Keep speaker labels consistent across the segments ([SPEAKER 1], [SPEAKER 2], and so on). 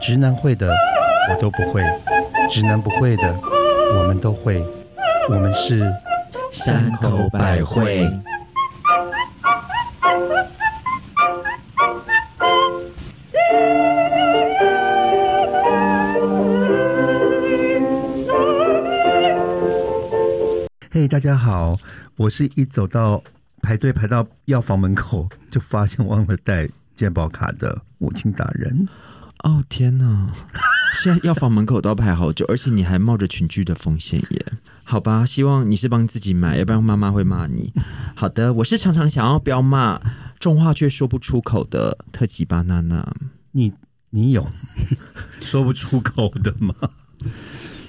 [SPEAKER 1] 直男会的我都不会，直男不会的我们都会，我们是
[SPEAKER 2] 山口百惠。
[SPEAKER 1] 嘿、大家好，我是一走到排队排到药房门口，就发现忘了带健保卡的母亲大人。
[SPEAKER 2] 哦天哪！ 现在药房门口都要排好久，而且你还冒着群聚的风险耶。好吧，希望你是帮自己买，要不然妈妈会骂你。 好的，我是常常想要不要骂，重话却说不出口的特级巴娜娜。
[SPEAKER 1] 你你有说不出口的吗？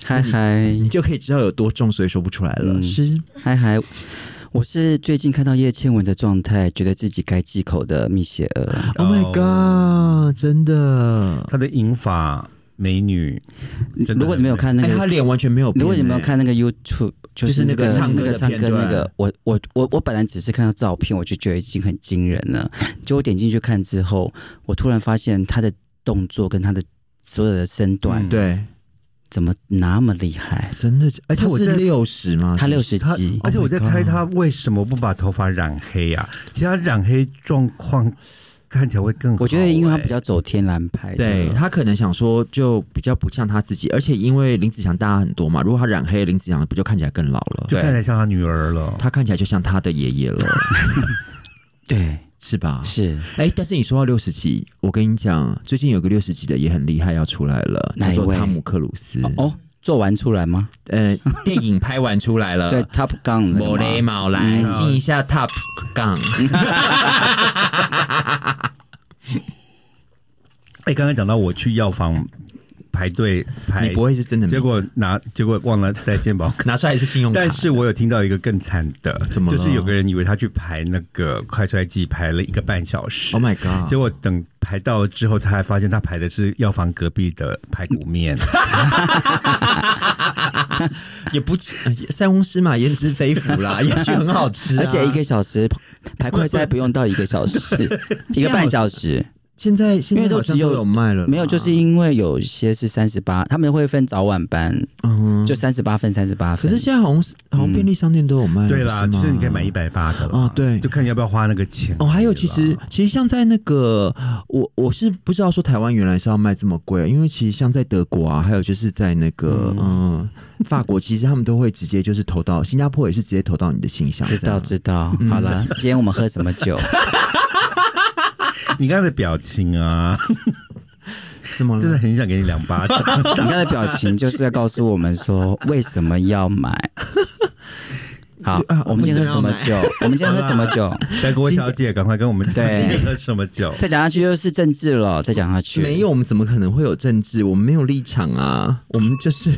[SPEAKER 3] 嗨嗨
[SPEAKER 2] 你就可以知道有多重，所以说不出来了。
[SPEAKER 3] 嗯
[SPEAKER 2] 是
[SPEAKER 3] 嗨嗨，我是最近看到叶倩文的状态，觉得自己该忌口的蜜雪儿。
[SPEAKER 2] ，Oh my god，真的。
[SPEAKER 1] 他的银发美女，真的
[SPEAKER 3] 如果你没有看那
[SPEAKER 2] 哎、
[SPEAKER 3] 个，
[SPEAKER 2] 她脸完全没有变、
[SPEAKER 3] 如果你没有
[SPEAKER 2] 哎，
[SPEAKER 3] 看那个 YouTube，
[SPEAKER 2] 就
[SPEAKER 3] 就
[SPEAKER 2] 是
[SPEAKER 3] 是
[SPEAKER 2] 那
[SPEAKER 3] 那
[SPEAKER 2] 个
[SPEAKER 3] 个
[SPEAKER 2] 唱歌
[SPEAKER 3] 那
[SPEAKER 2] 的
[SPEAKER 3] 个唱
[SPEAKER 2] 片
[SPEAKER 3] 歌
[SPEAKER 2] 段
[SPEAKER 3] 那个，我我我我本来只是看到照片，我就觉得已经很惊人了。结果点进去看之后，我突然发现他的动作跟他的所有的身段、
[SPEAKER 1] 嗯
[SPEAKER 2] 对，
[SPEAKER 3] 怎么那么厉害？
[SPEAKER 2] 真的。而且
[SPEAKER 1] 她
[SPEAKER 2] 我
[SPEAKER 1] 是
[SPEAKER 2] 六十吗？
[SPEAKER 3] 他六十
[SPEAKER 1] 他
[SPEAKER 3] 级，
[SPEAKER 1] 而且我在
[SPEAKER 2] Oh my
[SPEAKER 1] 猜
[SPEAKER 2] God
[SPEAKER 1] 他为什么不把头发染黑呀、其实他染黑状况看起来会更好、
[SPEAKER 3] 我觉得因为他
[SPEAKER 1] 哎
[SPEAKER 3] 比较走天蓝派的，
[SPEAKER 2] 欸对他可能想说，就比较不像他自己，而且因为林子祥大很多嘛，如果他染黑，林子祥不就看起来更老了？
[SPEAKER 1] 就看起来像他女儿了。
[SPEAKER 2] 他看起来就像他的爷爷 了，
[SPEAKER 3] 对
[SPEAKER 2] 是吧？
[SPEAKER 3] 是
[SPEAKER 2] 哎、但是你说到六十级，我跟你讲，最近有个六十级的也很厉害，要出来了，
[SPEAKER 3] 哪
[SPEAKER 2] 叫
[SPEAKER 3] 一
[SPEAKER 2] 做
[SPEAKER 3] 位
[SPEAKER 2] 汤姆克鲁斯。
[SPEAKER 3] 哦，做完出来吗？
[SPEAKER 2] 呃，电影拍完出来 了，
[SPEAKER 3] 对，Top Gun 了
[SPEAKER 2] 莫雷
[SPEAKER 3] 吗？
[SPEAKER 2] 毛来
[SPEAKER 1] 嗯
[SPEAKER 2] 进一下 Top Gun，
[SPEAKER 1] 哎，刚刚讲到我去药房排队排，
[SPEAKER 2] 你不会是真的没
[SPEAKER 1] 结果拿结果忘了带健保卡。
[SPEAKER 2] 拿出来是信用卡？
[SPEAKER 1] 但是我有听到一个更惨的，
[SPEAKER 2] 怎么了
[SPEAKER 1] 就是有个人以为他去排那个快衰剂，排了一个半小时
[SPEAKER 2] Oh my God，
[SPEAKER 1] 结果等排到了之后，他还发现他排的是药房隔壁的排骨面。
[SPEAKER 2] 嗯也不止呃塞翁失马焉知非福 啦，也许很好吃啊、
[SPEAKER 3] 而且一个小时排快赛不用到一个小 时，一个半小时，
[SPEAKER 2] 现在现在
[SPEAKER 3] 因为都
[SPEAKER 2] 好像
[SPEAKER 3] 只有
[SPEAKER 2] 都有卖了啦，
[SPEAKER 3] 没有，就是因为有些是三十八，他们会分早晚班，
[SPEAKER 2] 嗯，
[SPEAKER 3] 就三十八分、三十八
[SPEAKER 2] 可
[SPEAKER 3] 分。
[SPEAKER 2] 是现在好像是好像便利商店都有卖了，
[SPEAKER 1] 嗯对啦，
[SPEAKER 2] 不
[SPEAKER 1] 就是是
[SPEAKER 2] 吗
[SPEAKER 1] 你可以买一。百八的啦
[SPEAKER 2] 哦对
[SPEAKER 1] 就看你要不要花那个钱。
[SPEAKER 2] 哦，还有，其实其实像在那个，我我是不知道说台湾原来是要卖这么贵，啊因为其实像在德国啊，还有就是在那个嗯、法国，其实他们都会直接就是投到新加坡也是直接投到你的信箱，
[SPEAKER 3] 知
[SPEAKER 2] 这
[SPEAKER 3] 道
[SPEAKER 2] 样
[SPEAKER 3] 知道，好了，嗯今天我们喝什么 酒？
[SPEAKER 1] 你刚才的表情啊，
[SPEAKER 2] 嗯怎么
[SPEAKER 1] 真的
[SPEAKER 2] 了？
[SPEAKER 1] 很想给你两巴 掌。
[SPEAKER 3] 你刚才表情就是在告诉我们说为什么要买。 好
[SPEAKER 2] 啊，
[SPEAKER 3] 我们今天喝什么酒？我们今天喝什么 酒？
[SPEAKER 1] 德国小姐，赶快跟我们讲
[SPEAKER 3] 对
[SPEAKER 1] 今天喝什么酒。
[SPEAKER 3] 再讲下去就是政治了，再讲下去
[SPEAKER 2] 没有，我们怎么可能会有政治？我们没有立场啊，我们就是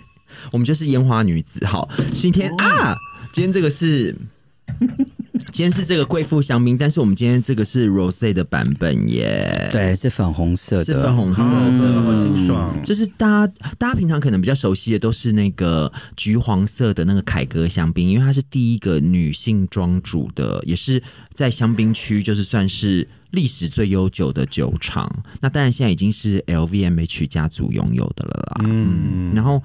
[SPEAKER 2] 我们就是烟花女子。好，今天、
[SPEAKER 3] 哦
[SPEAKER 2] 啊，今天这个是。今天是这个贵妇香槟，但是我们今天这个是 rose 的版本耶，
[SPEAKER 3] 对，嗯是粉红色的，
[SPEAKER 2] 是粉红色
[SPEAKER 1] 好
[SPEAKER 2] 的，
[SPEAKER 1] 好哦喝，好清爽。
[SPEAKER 2] 就是大家大家平常可能比较熟悉的都是那个橘黄色的那个凯歌香槟，因为它是第一个女性庄主的，也是在香槟区就是算是历史最悠久的酒厂。那当然现在已经是 LVMH 家族拥有的了啦。
[SPEAKER 1] 嗯，
[SPEAKER 2] 然后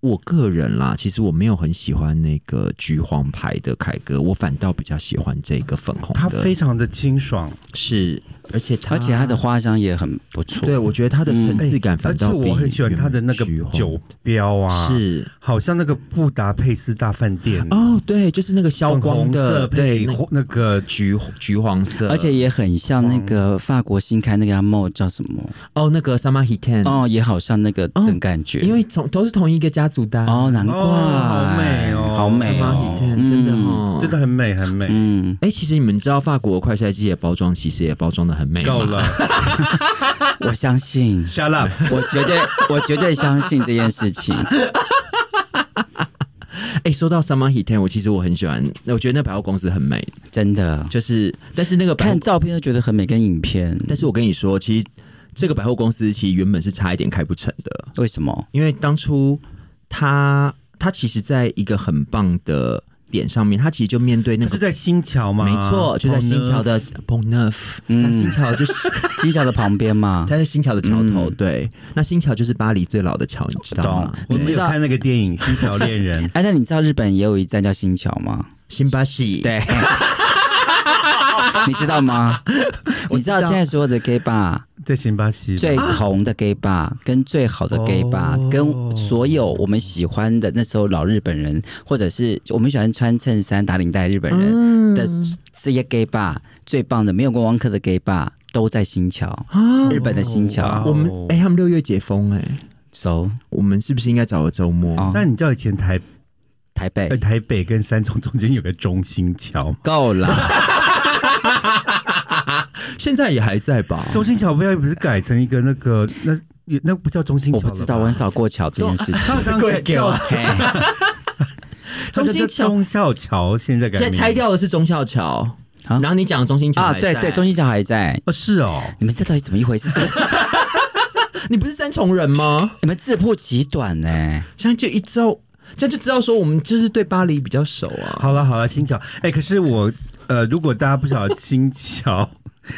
[SPEAKER 2] 我个人啦，其实我没有很喜欢那个橘黄牌的凯歌，我反倒比较喜欢这个粉红的。
[SPEAKER 1] 它非常的清爽，
[SPEAKER 2] 是，而且它
[SPEAKER 3] 而且它的花香也很不错。
[SPEAKER 2] 对，我觉得它的层次感
[SPEAKER 1] 而
[SPEAKER 2] 反
[SPEAKER 1] 且
[SPEAKER 2] 倒比、
[SPEAKER 1] 嗯我很喜欢它的那个酒标啊，
[SPEAKER 2] 是
[SPEAKER 1] 好像那个布达佩斯大饭店，
[SPEAKER 2] 哦，对，就是那个消
[SPEAKER 1] 粉
[SPEAKER 2] 光
[SPEAKER 1] 红
[SPEAKER 2] 的，
[SPEAKER 1] 色
[SPEAKER 2] 对，
[SPEAKER 1] 配
[SPEAKER 2] 那
[SPEAKER 1] 红那个
[SPEAKER 2] 橘橘黄色，
[SPEAKER 3] 而且也很像那个法国新开那个阿莫叫什么？
[SPEAKER 2] 哦，那个 Summer Heat Ten，、
[SPEAKER 3] 哦，也好像那个真感觉，
[SPEAKER 2] 哦因为从都是同一个家族的啊、
[SPEAKER 3] 哦，难怪，
[SPEAKER 1] 哦好美哦
[SPEAKER 3] 好美
[SPEAKER 2] Summer Heat
[SPEAKER 3] 哦
[SPEAKER 2] Ten，真的哦，
[SPEAKER 1] 真的。很美，很美，
[SPEAKER 3] 嗯，
[SPEAKER 2] 哎，其实你们知道法国快筛机的包装其实也包装的很美吗
[SPEAKER 1] 够了
[SPEAKER 3] 我相信，
[SPEAKER 1] ，shut up。
[SPEAKER 3] 我绝对，我绝对相信这件事情。
[SPEAKER 2] 哎，说到 Summer Heat Ten，我其实我很喜欢，我觉得那百货公司很美，
[SPEAKER 3] 真的，
[SPEAKER 2] 就是但是那个百货
[SPEAKER 3] 看照片就觉得很美，跟影片，
[SPEAKER 2] 但是我跟你说，其实这个百货公司其实原本是差一点开不成的，
[SPEAKER 3] 为什么？
[SPEAKER 2] 因为当初他他其实在一个很棒的点上面，他其实就面对那
[SPEAKER 1] 那
[SPEAKER 2] 个
[SPEAKER 1] 是在新桥吗？哦
[SPEAKER 2] 没错，就在新桥的 b o n n e f
[SPEAKER 3] 嗯
[SPEAKER 2] 那新桥就是
[SPEAKER 3] 金桥的旁边嘛，
[SPEAKER 2] 它在新桥的桥头，
[SPEAKER 3] 嗯
[SPEAKER 2] 对，那新桥就是巴黎最老的桥，你知道吗
[SPEAKER 3] 懂？
[SPEAKER 1] 我
[SPEAKER 3] 你
[SPEAKER 1] 只
[SPEAKER 3] 知
[SPEAKER 1] 有
[SPEAKER 3] 道，
[SPEAKER 1] 看那个电影《新桥恋人》
[SPEAKER 3] 哎，那你知道日本也有一站叫新桥吗？
[SPEAKER 2] 新巴西，，
[SPEAKER 3] 对， 你知道吗？你知道现在所有的 gay bar
[SPEAKER 1] 在新巴西吗
[SPEAKER 3] 最红的 gay bar 跟最好的 gay bar，、
[SPEAKER 1] 哦
[SPEAKER 3] 跟所有我们喜欢的那时候老日本人，或者是我们喜欢穿衬衫打领带的日本
[SPEAKER 1] 嗯
[SPEAKER 3] 人的这些 gay bar，、最棒的没有观光客的 gay bar 都在新桥，
[SPEAKER 2] 啊
[SPEAKER 3] 日本的新
[SPEAKER 1] 哇
[SPEAKER 3] 桥。
[SPEAKER 2] 我们
[SPEAKER 1] 哦
[SPEAKER 2] 哎、他们六月解封哎、
[SPEAKER 3] 熟、
[SPEAKER 2] 我们是不是应该找个周末？
[SPEAKER 3] 哦
[SPEAKER 1] 那你知道以前台
[SPEAKER 3] 台北
[SPEAKER 1] 呃台北跟三重 中间有个中心桥，
[SPEAKER 3] 够了，
[SPEAKER 2] 现在也还在吧？
[SPEAKER 1] 中心桥不要不是改成一个那个那那不叫中心
[SPEAKER 3] 我
[SPEAKER 1] 桥了吧，
[SPEAKER 3] 不知道，我很少过桥这件事情。
[SPEAKER 1] 他刚
[SPEAKER 2] 贵给我
[SPEAKER 3] 嘿
[SPEAKER 1] 中
[SPEAKER 2] 中
[SPEAKER 1] 心
[SPEAKER 2] 心桥
[SPEAKER 1] 桥中校桥现在改
[SPEAKER 2] 现在
[SPEAKER 1] 名
[SPEAKER 2] 拆掉的是中校桥，
[SPEAKER 3] 啊
[SPEAKER 2] 然后你讲的中心桥
[SPEAKER 3] 啊，
[SPEAKER 2] 还
[SPEAKER 3] 对
[SPEAKER 2] 在
[SPEAKER 3] 对，中心桥还在。
[SPEAKER 1] 哦，是哦，
[SPEAKER 3] 你们这到底怎么一回事？ 是不是
[SPEAKER 2] 你不是三重人吗？
[SPEAKER 3] 你们自曝其短呢、
[SPEAKER 1] 嗯
[SPEAKER 2] 现在就一知道，这样就知道说我们就是对巴黎比较熟啊。
[SPEAKER 1] 好了好了，新桥，哎、可是我呃，如果大家不晓得新桥。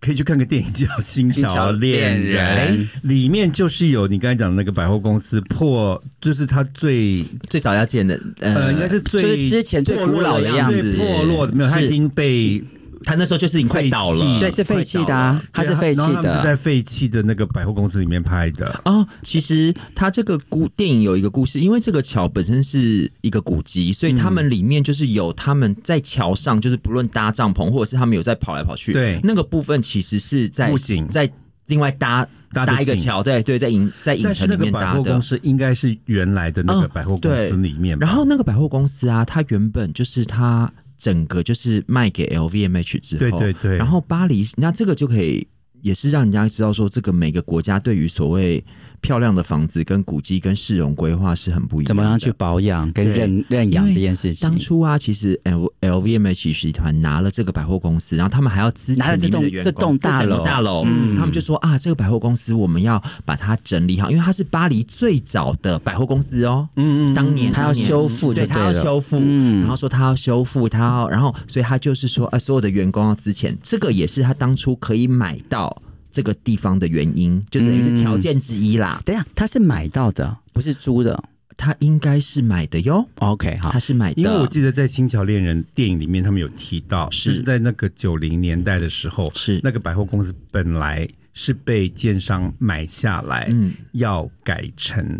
[SPEAKER 1] 可以去看个电影叫《新
[SPEAKER 3] 新
[SPEAKER 1] 桥
[SPEAKER 3] 桥
[SPEAKER 1] 恋
[SPEAKER 3] 恋
[SPEAKER 1] 人》
[SPEAKER 3] 人，
[SPEAKER 1] 里面就是有你刚才讲的那个百货公司破，就是它最
[SPEAKER 2] 最早要建的，
[SPEAKER 1] 呃，
[SPEAKER 2] 呃，
[SPEAKER 1] 应该是最
[SPEAKER 3] 嗯就是之前最古老的样子
[SPEAKER 1] 最破落的，没有，它
[SPEAKER 2] 是
[SPEAKER 1] 已经被
[SPEAKER 2] 他那时候就是已经快倒
[SPEAKER 1] 废弃
[SPEAKER 2] 了，
[SPEAKER 3] 对，是废弃的、啊，它是
[SPEAKER 1] 对
[SPEAKER 3] 废弃
[SPEAKER 1] 然后他们是
[SPEAKER 3] 的。
[SPEAKER 1] 在废弃的那个百货公司里面拍的。
[SPEAKER 2] 哦，其实它这个故电影有一个故事，因为这个桥本身是一个古迹，所以他们里面就是有他们在桥上，就是不论搭帐篷或者是他们有在跑来跑去，
[SPEAKER 1] 对
[SPEAKER 2] 那个部分其实是在
[SPEAKER 1] 步行
[SPEAKER 2] 在另外搭
[SPEAKER 1] 搭的
[SPEAKER 2] 搭一个
[SPEAKER 1] 景
[SPEAKER 2] 桥，对对，在影在影
[SPEAKER 1] 但是
[SPEAKER 2] 城
[SPEAKER 1] 那
[SPEAKER 2] 里
[SPEAKER 1] 个
[SPEAKER 2] 面
[SPEAKER 1] 百
[SPEAKER 2] 搭
[SPEAKER 1] 货
[SPEAKER 2] 的
[SPEAKER 1] 公。司应该是原来的那个
[SPEAKER 2] 嗯
[SPEAKER 1] 百货公司里面吧、
[SPEAKER 2] 然后那个百货公司啊，它原本就是它整个就是卖给 LVMH 之后，
[SPEAKER 1] 对对对
[SPEAKER 2] 然后巴黎，那这个就可以也是让人家知道说，这个每个国家对于所谓漂亮的房子、跟古迹、跟市容规划是很不一样的。
[SPEAKER 3] 怎么样去保养跟
[SPEAKER 2] 对
[SPEAKER 3] 认认养
[SPEAKER 2] 因为
[SPEAKER 3] 这件事情？
[SPEAKER 2] 当初啊，其实 L L V M H 集团拿了这个百货公司，然后他们还要资
[SPEAKER 3] 拿了
[SPEAKER 2] 钱
[SPEAKER 3] 这
[SPEAKER 2] 里面的
[SPEAKER 3] 栋
[SPEAKER 2] 员
[SPEAKER 3] 这
[SPEAKER 2] 工
[SPEAKER 3] 栋大
[SPEAKER 2] 整个
[SPEAKER 3] 楼
[SPEAKER 2] 大楼，
[SPEAKER 3] 嗯
[SPEAKER 2] 他们就说啊，这个百货公司我们要把它整理好，因为它是巴黎最早的百货公司哦。
[SPEAKER 1] 嗯嗯，
[SPEAKER 2] 当年
[SPEAKER 3] 他要
[SPEAKER 2] 当年
[SPEAKER 3] 修复就
[SPEAKER 2] 对，他要
[SPEAKER 3] 对了
[SPEAKER 2] 修复，
[SPEAKER 3] 嗯
[SPEAKER 2] 然后说他要修复，他要，然后所以他就是说，啊，所有的员工要之前，这个也是他当初可以买到这个地方的原因，就等于是条件之一啦。
[SPEAKER 3] 等一下，他是买到的，不是租的。
[SPEAKER 2] 他应该是买的哟，
[SPEAKER 3] OK，好
[SPEAKER 2] 他，是买的，
[SPEAKER 1] 因为我记得在《新桥恋人》电影里面，他们有提到，
[SPEAKER 2] 是
[SPEAKER 1] 就是在那个九零年代的时候，
[SPEAKER 2] 是
[SPEAKER 1] 那个百货公司本来是被建商买下来，
[SPEAKER 2] 嗯
[SPEAKER 1] 要改成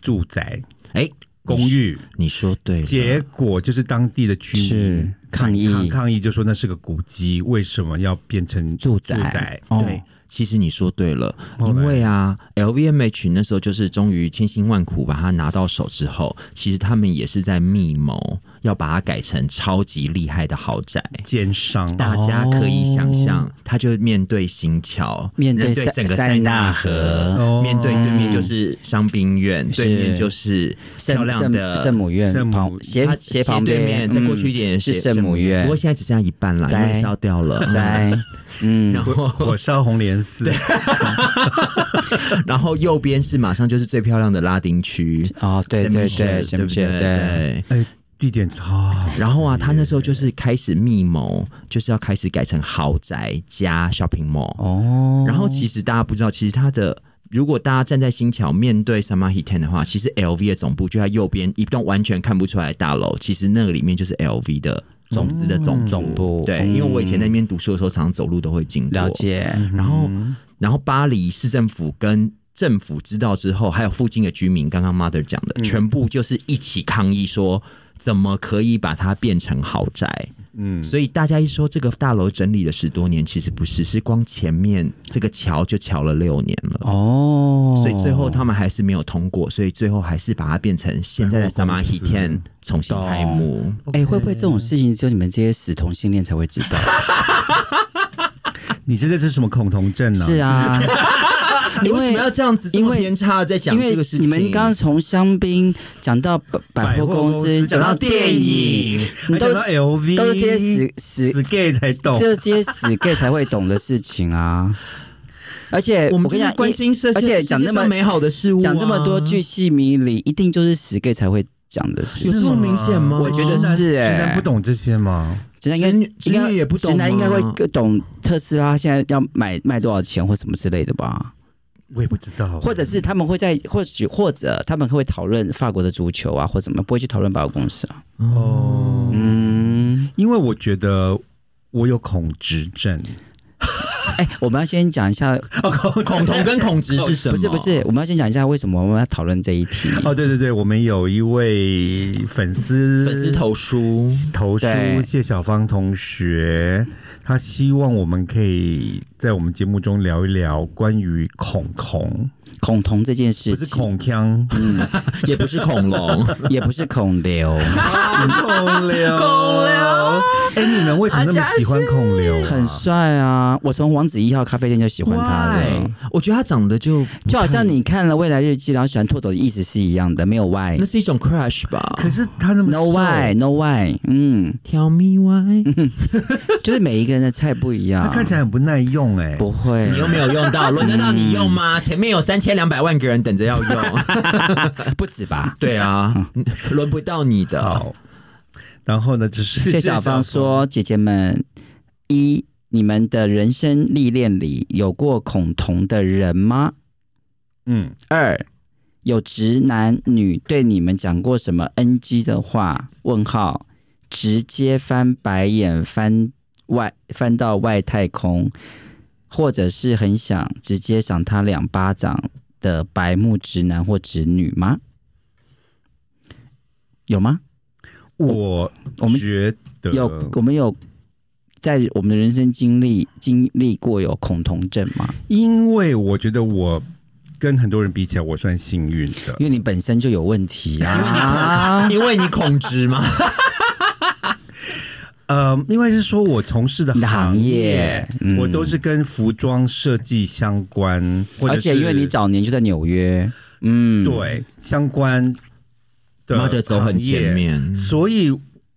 [SPEAKER 1] 住宅
[SPEAKER 2] 哎，
[SPEAKER 1] 公寓，
[SPEAKER 2] 你说对了，
[SPEAKER 1] 结果就是当地的居民
[SPEAKER 3] 是抗议
[SPEAKER 1] 抗抗议，就说那是个古迹，为什么要变成
[SPEAKER 3] 住
[SPEAKER 1] 宅？
[SPEAKER 3] 宅哦
[SPEAKER 2] 对，其实你说对了，
[SPEAKER 1] 后来
[SPEAKER 2] 因为啊，LVMH 那时候就是终于千辛万苦把它拿到手之后，其实他们也是在密谋要把它改成超级厉害的豪宅。
[SPEAKER 1] 奸商
[SPEAKER 3] 哦
[SPEAKER 2] 大家可以想象，他就面对新桥，
[SPEAKER 3] 面对塞
[SPEAKER 2] 整个
[SPEAKER 3] 塞
[SPEAKER 2] 塞纳
[SPEAKER 3] 纳
[SPEAKER 2] 河，
[SPEAKER 1] 河
[SPEAKER 2] 面对对面就是伤兵院，对面就是漂
[SPEAKER 3] 圣
[SPEAKER 2] 亮的
[SPEAKER 3] 哦圣圣母院
[SPEAKER 1] 圣母
[SPEAKER 3] 旁斜
[SPEAKER 2] 它
[SPEAKER 3] 斜旁
[SPEAKER 2] 对面，再过去一点
[SPEAKER 3] 嗯
[SPEAKER 2] 是
[SPEAKER 3] 是圣母院
[SPEAKER 2] 不过现在只剩下一半了，因为
[SPEAKER 3] 在
[SPEAKER 2] 烧掉了。
[SPEAKER 3] 在，嗯，
[SPEAKER 2] 然后
[SPEAKER 1] 火哦烧红莲寺，
[SPEAKER 2] 然后右边是马上就是最漂亮的拉丁区，
[SPEAKER 3] 哦，对对对，
[SPEAKER 2] 对
[SPEAKER 3] 对
[SPEAKER 2] 不
[SPEAKER 3] 不对？对，
[SPEAKER 2] 对。
[SPEAKER 1] 哎，地点哦超好。
[SPEAKER 2] 然后啊，他那时候就是开始密谋，就是要开始改成豪宅加 shopping mall。
[SPEAKER 3] 哦，
[SPEAKER 2] 然后其实大家不知道，其实它的如果大家站在新桥面对 Samahi Ten 的话，其实 LV 的总部就在右边一栋完全看不出来的大楼，其实那个里面就是 LV 的总司的总
[SPEAKER 3] 总部
[SPEAKER 2] 对，
[SPEAKER 3] 嗯
[SPEAKER 2] 因为我以前在那边读书的时候，常常走路都会经过。
[SPEAKER 3] 了解，
[SPEAKER 2] 然后，
[SPEAKER 3] 嗯
[SPEAKER 2] 然后巴黎市政府跟政府知道之后，还有附近的居民，刚刚 mother 讲
[SPEAKER 3] 嗯
[SPEAKER 2] 的，全部就是一起抗议说，怎么可以把它变成豪宅？嗯，所以大家一说这个大楼整理了十多年，其实不是，是光前面这个桥就桥了六年了。
[SPEAKER 3] 哦，
[SPEAKER 2] 所以最后他们还是没有通过，所以最后还是把它变成现在的 Samahi Ten 重新开幕。
[SPEAKER 3] 哎，会不会这种事情只有你们这些死同性恋才会知道？
[SPEAKER 1] 你这这是什么恐同症呢、
[SPEAKER 3] 是， 啊，
[SPEAKER 2] 你
[SPEAKER 3] 因
[SPEAKER 2] 为什么要这样子这
[SPEAKER 3] 因
[SPEAKER 2] 么
[SPEAKER 3] 为
[SPEAKER 2] 偏差的在讲
[SPEAKER 3] 因为
[SPEAKER 2] 这个事情？
[SPEAKER 3] 你们刚刚从香槟讲到百百货公司，讲到电影，，
[SPEAKER 1] 还
[SPEAKER 3] 都
[SPEAKER 1] 讲到 LV，
[SPEAKER 3] 都是这些死
[SPEAKER 1] 死
[SPEAKER 3] 死
[SPEAKER 1] gay 才懂。
[SPEAKER 3] 只有这些死 gay 才会懂的事情啊！而且
[SPEAKER 2] 我们
[SPEAKER 3] 跟
[SPEAKER 2] 就
[SPEAKER 3] 你
[SPEAKER 2] 是
[SPEAKER 3] 讲，
[SPEAKER 2] 关心世界，
[SPEAKER 3] 而且讲那
[SPEAKER 2] 世界上
[SPEAKER 3] 么
[SPEAKER 2] 美好的事物啊、
[SPEAKER 3] 讲这么多巨细迷离，一定就是死 gay 才会讲的事
[SPEAKER 2] 有这
[SPEAKER 1] 是
[SPEAKER 2] 么
[SPEAKER 1] 吗
[SPEAKER 2] 明显吗
[SPEAKER 3] 我觉得
[SPEAKER 1] 直
[SPEAKER 3] 是
[SPEAKER 1] 男直
[SPEAKER 3] 欸
[SPEAKER 1] 男不懂这些吗？
[SPEAKER 3] 直男应该
[SPEAKER 2] 直女直女
[SPEAKER 3] 应该
[SPEAKER 2] 也不懂啊
[SPEAKER 3] 直男应该
[SPEAKER 2] 吗
[SPEAKER 3] 会更懂特斯拉现在要买卖多少钱或什么之类的吧？
[SPEAKER 1] 我也不知道，
[SPEAKER 3] 或者是他们会在，或许或者他们会讨论法国的足球啊，或怎么，不会去讨论百货公司啊。
[SPEAKER 1] 哦，
[SPEAKER 3] 嗯，
[SPEAKER 1] 因为我觉得我有恐直症，
[SPEAKER 3] 哎、我们要先讲一下，
[SPEAKER 2] 孔同跟孔直是 什么？
[SPEAKER 3] 不是不是，我们要先讲一下为什么我们要讨论这一题。
[SPEAKER 1] 哦，对对对，我们有一位粉丝
[SPEAKER 2] 粉丝投书，
[SPEAKER 1] 投书
[SPEAKER 3] 对
[SPEAKER 1] 谢小芳同学，他希望我们可以在我们节目中聊一聊关于恐恐，
[SPEAKER 3] 恐同这件事
[SPEAKER 1] 不
[SPEAKER 3] 情，
[SPEAKER 1] 是恐 腔，
[SPEAKER 2] 也不是恐 龙，
[SPEAKER 3] 也不是恐 流，
[SPEAKER 1] 恐流，恐流。哎，你们为什么那么喜欢恐流啊？
[SPEAKER 3] 很帅啊！我从王子一号咖啡店就喜欢他了
[SPEAKER 2] Why？，我觉得他长得就
[SPEAKER 3] 就好像你看了《未来日记》，然后喜欢拓斗的意思是一样的，没有 why
[SPEAKER 2] 那。是一种 crush 吧
[SPEAKER 1] 可是他那么
[SPEAKER 3] 啊
[SPEAKER 1] 瘦
[SPEAKER 3] No why, no why，嗯，
[SPEAKER 2] ？Tell me why？
[SPEAKER 3] 就是每一个人的菜不
[SPEAKER 1] 他
[SPEAKER 3] 一样，
[SPEAKER 1] 看起来很不耐用哎、
[SPEAKER 3] 啊不会
[SPEAKER 2] 你又没有用到，轮得到你用吗？前面有三千两百万个人等着要用。
[SPEAKER 3] 不止吧？
[SPEAKER 2] 对啊， 轮不到你的。
[SPEAKER 1] 好，然后呢，就是
[SPEAKER 3] 谢小芳
[SPEAKER 1] 芳，
[SPEAKER 3] 说：“姐姐们，一，你们的人生历练里有过恐同的人吗？
[SPEAKER 1] 嗯，
[SPEAKER 3] 二，有直男女对你们讲过什么 NG 的话？问号，直接翻白眼翻外翻到外太空，或者是很想直接赏他两巴掌的白目直男或直女吗？有吗？
[SPEAKER 1] 我
[SPEAKER 3] 我们
[SPEAKER 1] 觉得
[SPEAKER 3] 有我们有在我们的人生经历经历过有恐同症吗？
[SPEAKER 1] 因为我觉得我跟很多人比起来，我算幸运的。
[SPEAKER 3] 因为你本身就有问题啊。
[SPEAKER 2] 因为你恐直 嘛，
[SPEAKER 1] 呃，因为是说我从事的
[SPEAKER 3] 你的行业嗯
[SPEAKER 1] 我都是跟服装设计相关，或者
[SPEAKER 3] 而
[SPEAKER 1] 是
[SPEAKER 3] 且因为你早年就在纽约，嗯，，
[SPEAKER 1] 对相关的
[SPEAKER 2] 妈的走很前面
[SPEAKER 1] 行业，所以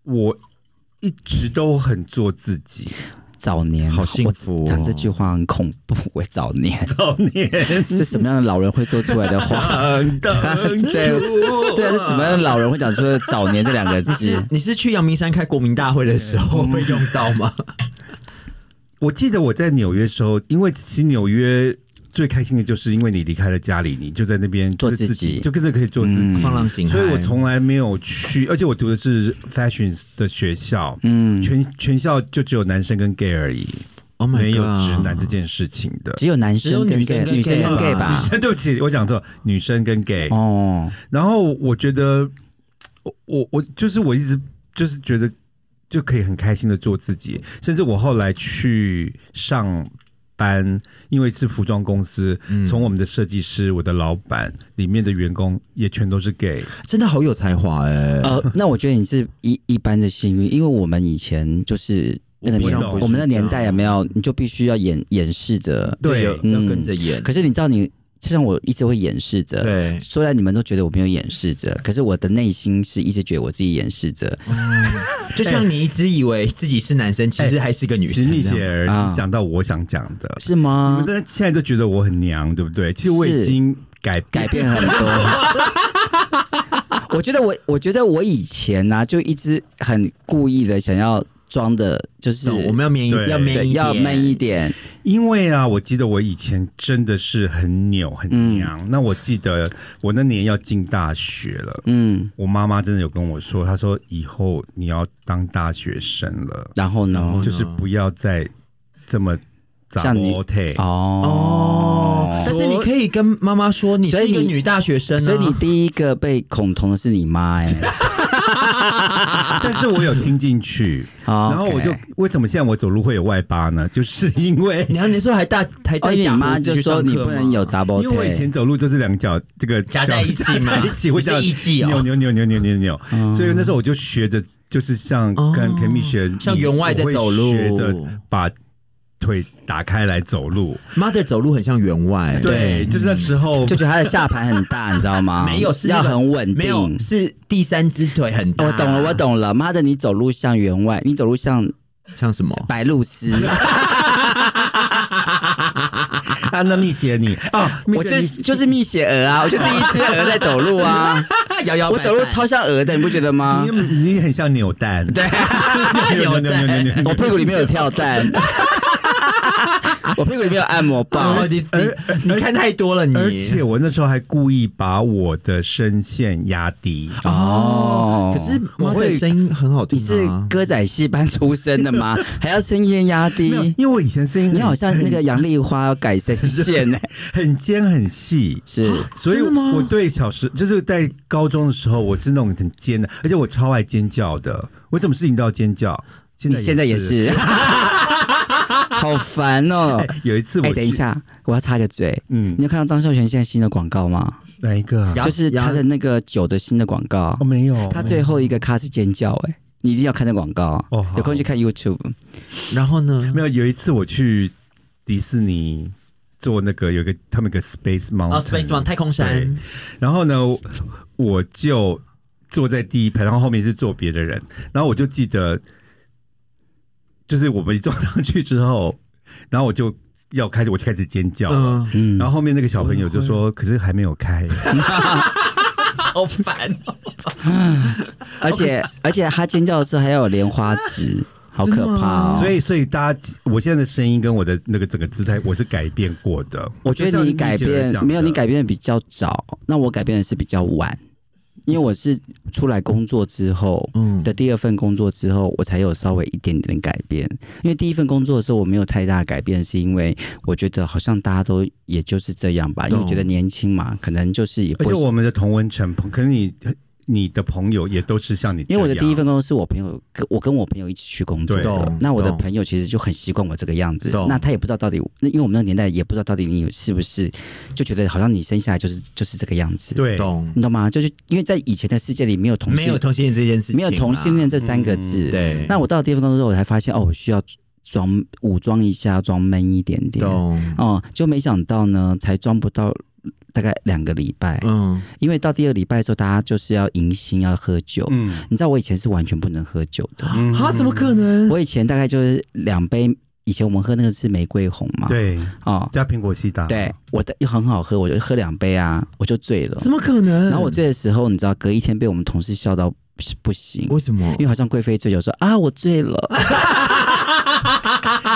[SPEAKER 1] 我一直都很做自己。
[SPEAKER 3] 早年
[SPEAKER 2] 好幸福哦
[SPEAKER 3] 我讲这句话很恐怖，我早年
[SPEAKER 1] 早年
[SPEAKER 3] 这什么样的老人会说出来的话？
[SPEAKER 1] 等等
[SPEAKER 3] 对对啊，这什么样的老人会讲出“早年”这两个字？
[SPEAKER 2] 你是去阳明山开国民大会的时候会用到吗？
[SPEAKER 1] 我记得我在纽约的时候，因为其实纽约最开心的就是因为你离开了家里，你就在那边
[SPEAKER 3] 做
[SPEAKER 1] 就是
[SPEAKER 3] 自
[SPEAKER 1] 自
[SPEAKER 3] 己
[SPEAKER 1] 就跟着可以做自己。
[SPEAKER 2] 嗯放浪形骸，
[SPEAKER 1] 所以我从来没有去，而且我读的是 fashion 的学校，
[SPEAKER 3] 嗯，
[SPEAKER 1] 全全校就只有男生跟 gay 而已，
[SPEAKER 2] Oh my
[SPEAKER 1] 没有
[SPEAKER 2] God
[SPEAKER 1] 直男这件事情的。
[SPEAKER 3] 只有男生跟
[SPEAKER 2] 只有
[SPEAKER 3] gay，
[SPEAKER 2] 女
[SPEAKER 3] 女
[SPEAKER 2] 生
[SPEAKER 3] 生
[SPEAKER 2] 跟 gay
[SPEAKER 3] 跟 gay 吧
[SPEAKER 1] 女？生， 对不起，我讲错，女生跟 gay。
[SPEAKER 3] 哦，
[SPEAKER 1] 然后我觉得，我我我就是我一直就是觉得就可以很开心的做自己，甚至我后来去上班，因为是服装公司，
[SPEAKER 2] 嗯
[SPEAKER 1] 从我们的设计师、我的老板里面的员工也全都是 gay，
[SPEAKER 2] 真的好有才华哎、
[SPEAKER 3] 呃，那我觉得你是一一般的幸运，因为我们以前就是那个
[SPEAKER 1] 我不
[SPEAKER 3] 年
[SPEAKER 1] 懂，
[SPEAKER 3] 我们那年代有没有，你就必须要掩掩饰着。
[SPEAKER 1] 对
[SPEAKER 2] 要
[SPEAKER 3] 嗯
[SPEAKER 2] 要跟着演，
[SPEAKER 3] 可是你知道你，就像我一直会掩饰着。
[SPEAKER 2] 对，
[SPEAKER 3] 虽然你们都觉得我没有掩饰着，可是我的内心是一直觉得我自己掩饰着。
[SPEAKER 1] 嗯
[SPEAKER 2] 就像你一直以为自己是男生，其实还是个女
[SPEAKER 1] 哎其实
[SPEAKER 2] 生
[SPEAKER 1] 蜜
[SPEAKER 2] 这
[SPEAKER 1] 雪
[SPEAKER 2] 样。啊
[SPEAKER 1] 儿
[SPEAKER 3] 啊
[SPEAKER 1] 你讲到我想讲的，
[SPEAKER 3] 是吗
[SPEAKER 1] 你们？大家现在都觉得我很娘，对不对？其实我已
[SPEAKER 3] 是
[SPEAKER 1] 经改
[SPEAKER 3] 改变很多。啊我觉得我，我觉得我以前呢、就一直很故意的想要装的，就是
[SPEAKER 2] 懂我们要面一
[SPEAKER 1] 对
[SPEAKER 2] 要面
[SPEAKER 3] 对
[SPEAKER 2] 一
[SPEAKER 3] 要
[SPEAKER 2] 面
[SPEAKER 3] 闷一点，
[SPEAKER 1] 因为啊，我记得我以前真的是很扭很娘。
[SPEAKER 2] 嗯
[SPEAKER 1] 那我记得我那年要进大学了，
[SPEAKER 3] 嗯。
[SPEAKER 1] 我妈妈真的有跟我说，她说以后你要当大学生了，
[SPEAKER 3] 然后呢？
[SPEAKER 2] 后呢
[SPEAKER 1] 就是不要再这么
[SPEAKER 3] 像你
[SPEAKER 1] 腿。
[SPEAKER 2] 哦
[SPEAKER 3] 哦，
[SPEAKER 2] 但是你可以跟妈妈说，你
[SPEAKER 3] 所
[SPEAKER 2] 是
[SPEAKER 3] 以
[SPEAKER 2] 一个
[SPEAKER 3] 你
[SPEAKER 2] 女大学生、啊，
[SPEAKER 3] 所以你第一个被恐同的是你妈哎、
[SPEAKER 1] 但是我有听进 去，
[SPEAKER 3] 好，
[SPEAKER 2] 啊
[SPEAKER 1] 然后我就
[SPEAKER 3] 哦 OK
[SPEAKER 1] 为什么现在我走路会有外八呢？ 就是因为
[SPEAKER 2] 你要你说还大还
[SPEAKER 3] 哦，
[SPEAKER 2] 带
[SPEAKER 3] 你
[SPEAKER 2] 假
[SPEAKER 3] 妈
[SPEAKER 2] 胡子
[SPEAKER 3] 就
[SPEAKER 2] 去上课
[SPEAKER 3] 说
[SPEAKER 2] 吗
[SPEAKER 3] 你不能有杂包
[SPEAKER 1] 因为我以
[SPEAKER 3] 腿
[SPEAKER 1] 前，走路就是两脚这个
[SPEAKER 2] 夹在一起嘛
[SPEAKER 1] 夹在一起会这样
[SPEAKER 2] 你是艺伎哦嗯
[SPEAKER 1] 扭扭扭扭扭扭扭，所以那时候我就学着，就是像
[SPEAKER 2] 哦
[SPEAKER 1] 跟甜蜜学，
[SPEAKER 2] 像员外在走路
[SPEAKER 1] 我会学着把腿打开来走路。
[SPEAKER 2] mother 走路很像员外，
[SPEAKER 1] 对，就是那时候
[SPEAKER 3] 就觉得她的下盘很大，你知道吗？
[SPEAKER 2] 没有是
[SPEAKER 3] 要
[SPEAKER 2] 那个
[SPEAKER 3] 很稳
[SPEAKER 2] 没
[SPEAKER 3] 定。
[SPEAKER 2] 有是第三只腿很大，
[SPEAKER 3] 我懂了，我懂了。妈的，你走路像员外，你走路像
[SPEAKER 2] 像什么？
[SPEAKER 3] 白露丝。
[SPEAKER 1] 啊，那蜜雪你啊，蜜
[SPEAKER 3] 我
[SPEAKER 1] 雪
[SPEAKER 3] 就
[SPEAKER 1] 你
[SPEAKER 3] 啊是就是蜜雪儿啊，我就是一只鹅在走路啊。
[SPEAKER 2] 摇摇摆
[SPEAKER 3] 我
[SPEAKER 2] 摆
[SPEAKER 3] 走路超像鹅的，你不觉得吗？
[SPEAKER 1] 你你也很像扭蛋，对， 扭扭扭扭扭
[SPEAKER 3] 我屁股里面有跳蛋，我屁股里面有按摩
[SPEAKER 2] 哦
[SPEAKER 3] 棒，
[SPEAKER 2] 你你你看太多了，
[SPEAKER 1] 而
[SPEAKER 2] 你
[SPEAKER 1] 且我那时候还故意把我的声线压低，
[SPEAKER 2] 哦，可是
[SPEAKER 1] 我
[SPEAKER 2] 猫
[SPEAKER 1] 会
[SPEAKER 2] 的声音很好听
[SPEAKER 3] 你是
[SPEAKER 2] 啊，
[SPEAKER 3] 歌仔戏班出身的吗？还要声音压
[SPEAKER 1] 没有
[SPEAKER 3] 低，
[SPEAKER 1] 因为我以前声音
[SPEAKER 3] 你
[SPEAKER 1] 很
[SPEAKER 3] 好像那个杨丽花要改声线呢、
[SPEAKER 1] 很尖很细，
[SPEAKER 3] 是
[SPEAKER 1] 所以
[SPEAKER 2] 真的吗
[SPEAKER 1] 我对小时就是在高中的时候，我是那种很尖的，而且我超爱尖叫的，我什么事情都要尖叫。现
[SPEAKER 3] 你
[SPEAKER 1] 在
[SPEAKER 3] 现在也，是， 好烦哦、
[SPEAKER 1] 哎，有一次我
[SPEAKER 3] 哎、等一
[SPEAKER 1] 去，
[SPEAKER 3] 下，我要插个嘴。
[SPEAKER 1] 嗯
[SPEAKER 3] 你，有看到张孝全现在新的广告吗？
[SPEAKER 1] 哪一个啊？
[SPEAKER 2] 然后
[SPEAKER 3] 就是他的那个酒的新的广告
[SPEAKER 1] 哦，，没有，
[SPEAKER 3] 他最后一个咖是尖叫、哎，你一定要看那广告，啊
[SPEAKER 1] 哦好
[SPEAKER 3] 有空去看 YouTube。
[SPEAKER 2] 然后呢？
[SPEAKER 1] 没有。有一次我去迪士尼做那个有一个他们有个 Space
[SPEAKER 2] 哦
[SPEAKER 1] Mountain，
[SPEAKER 2] ，Space Mountain 太空山，
[SPEAKER 1] 然后呢，我我就坐在第一排，然后后面是坐别的人，然后我就记得，就是我们一坐上去之后，然后我就要开始，我就开始尖叫，
[SPEAKER 2] 嗯，
[SPEAKER 3] 嗯，
[SPEAKER 1] 然后后面那个小朋友就说：“可是还没有开。
[SPEAKER 2] 好烦哦，
[SPEAKER 3] 而
[SPEAKER 1] 哦
[SPEAKER 3] 且而且他尖叫的时候还要有莲花 指，好可怕、哦。”
[SPEAKER 1] 所以，所以大家，我现在的声音跟我的那个整个姿态，我是改变过的。
[SPEAKER 3] 我觉
[SPEAKER 1] 就
[SPEAKER 3] 得
[SPEAKER 1] 像
[SPEAKER 3] 你改
[SPEAKER 1] 雪儿
[SPEAKER 3] 变
[SPEAKER 1] 讲
[SPEAKER 3] 没有，
[SPEAKER 1] 的
[SPEAKER 3] 你改变的比较早，那我改变的是比较晚，因为我是出来工作之后。
[SPEAKER 2] 嗯，
[SPEAKER 3] 的第二份工作之后，我才有稍微一点点的改变。因为第一份工作的时候，我没有太大的改变，是因为我觉得好像大家都也就是这样吧，因为我觉得年轻嘛，可能就是也
[SPEAKER 1] 而
[SPEAKER 3] 不
[SPEAKER 1] 且
[SPEAKER 3] 会。
[SPEAKER 1] 我们的同温层，可能你你的朋友也都是像你这
[SPEAKER 3] 因
[SPEAKER 1] 样，
[SPEAKER 3] 为我的第一份工作是我朋友，跟我跟我朋友一起去工作
[SPEAKER 1] 对
[SPEAKER 3] 的
[SPEAKER 2] 懂。
[SPEAKER 3] 那我的
[SPEAKER 2] 懂
[SPEAKER 3] 朋友其实就很习惯我这个样子
[SPEAKER 2] 懂，
[SPEAKER 3] 那他也不知道到底，那因为我们那个年代也不知道到底你有是不是，就觉得好像你生下来就是就是这个样子。
[SPEAKER 1] 对，
[SPEAKER 2] 懂，
[SPEAKER 3] 你懂吗？就是因为在以前的世界里没有同
[SPEAKER 2] 没
[SPEAKER 3] 性
[SPEAKER 2] 有，同性恋这件事情啊，
[SPEAKER 3] 没有同性恋这三个字。
[SPEAKER 1] 嗯
[SPEAKER 2] 对，
[SPEAKER 3] 那我到了地方工作之后，我才发现哦，我需要装武装一下，装闷一点点。
[SPEAKER 2] 懂，
[SPEAKER 3] 哦，就没想到呢，才装不到大概两个礼拜，
[SPEAKER 2] 嗯，
[SPEAKER 3] 因为到第二礼拜的时候，大家就是要迎新，要喝酒。
[SPEAKER 1] 嗯
[SPEAKER 3] 你知道我以前是完全不能喝酒的，
[SPEAKER 1] 嗯
[SPEAKER 2] 啊，怎么可能？
[SPEAKER 3] 我以前大概就是两杯，以前我们喝那个是玫瑰红嘛，，
[SPEAKER 1] 对
[SPEAKER 3] 哦，
[SPEAKER 1] 加苹果西打，
[SPEAKER 3] 对，我的又很好喝，我就喝两杯啊，我就醉了。
[SPEAKER 2] 怎么可能？
[SPEAKER 3] 然后我醉的时候，你知道，隔一天被我们同事笑到不行，
[SPEAKER 2] 为什么
[SPEAKER 3] 因？为好像贵妃醉酒说啊，我醉了，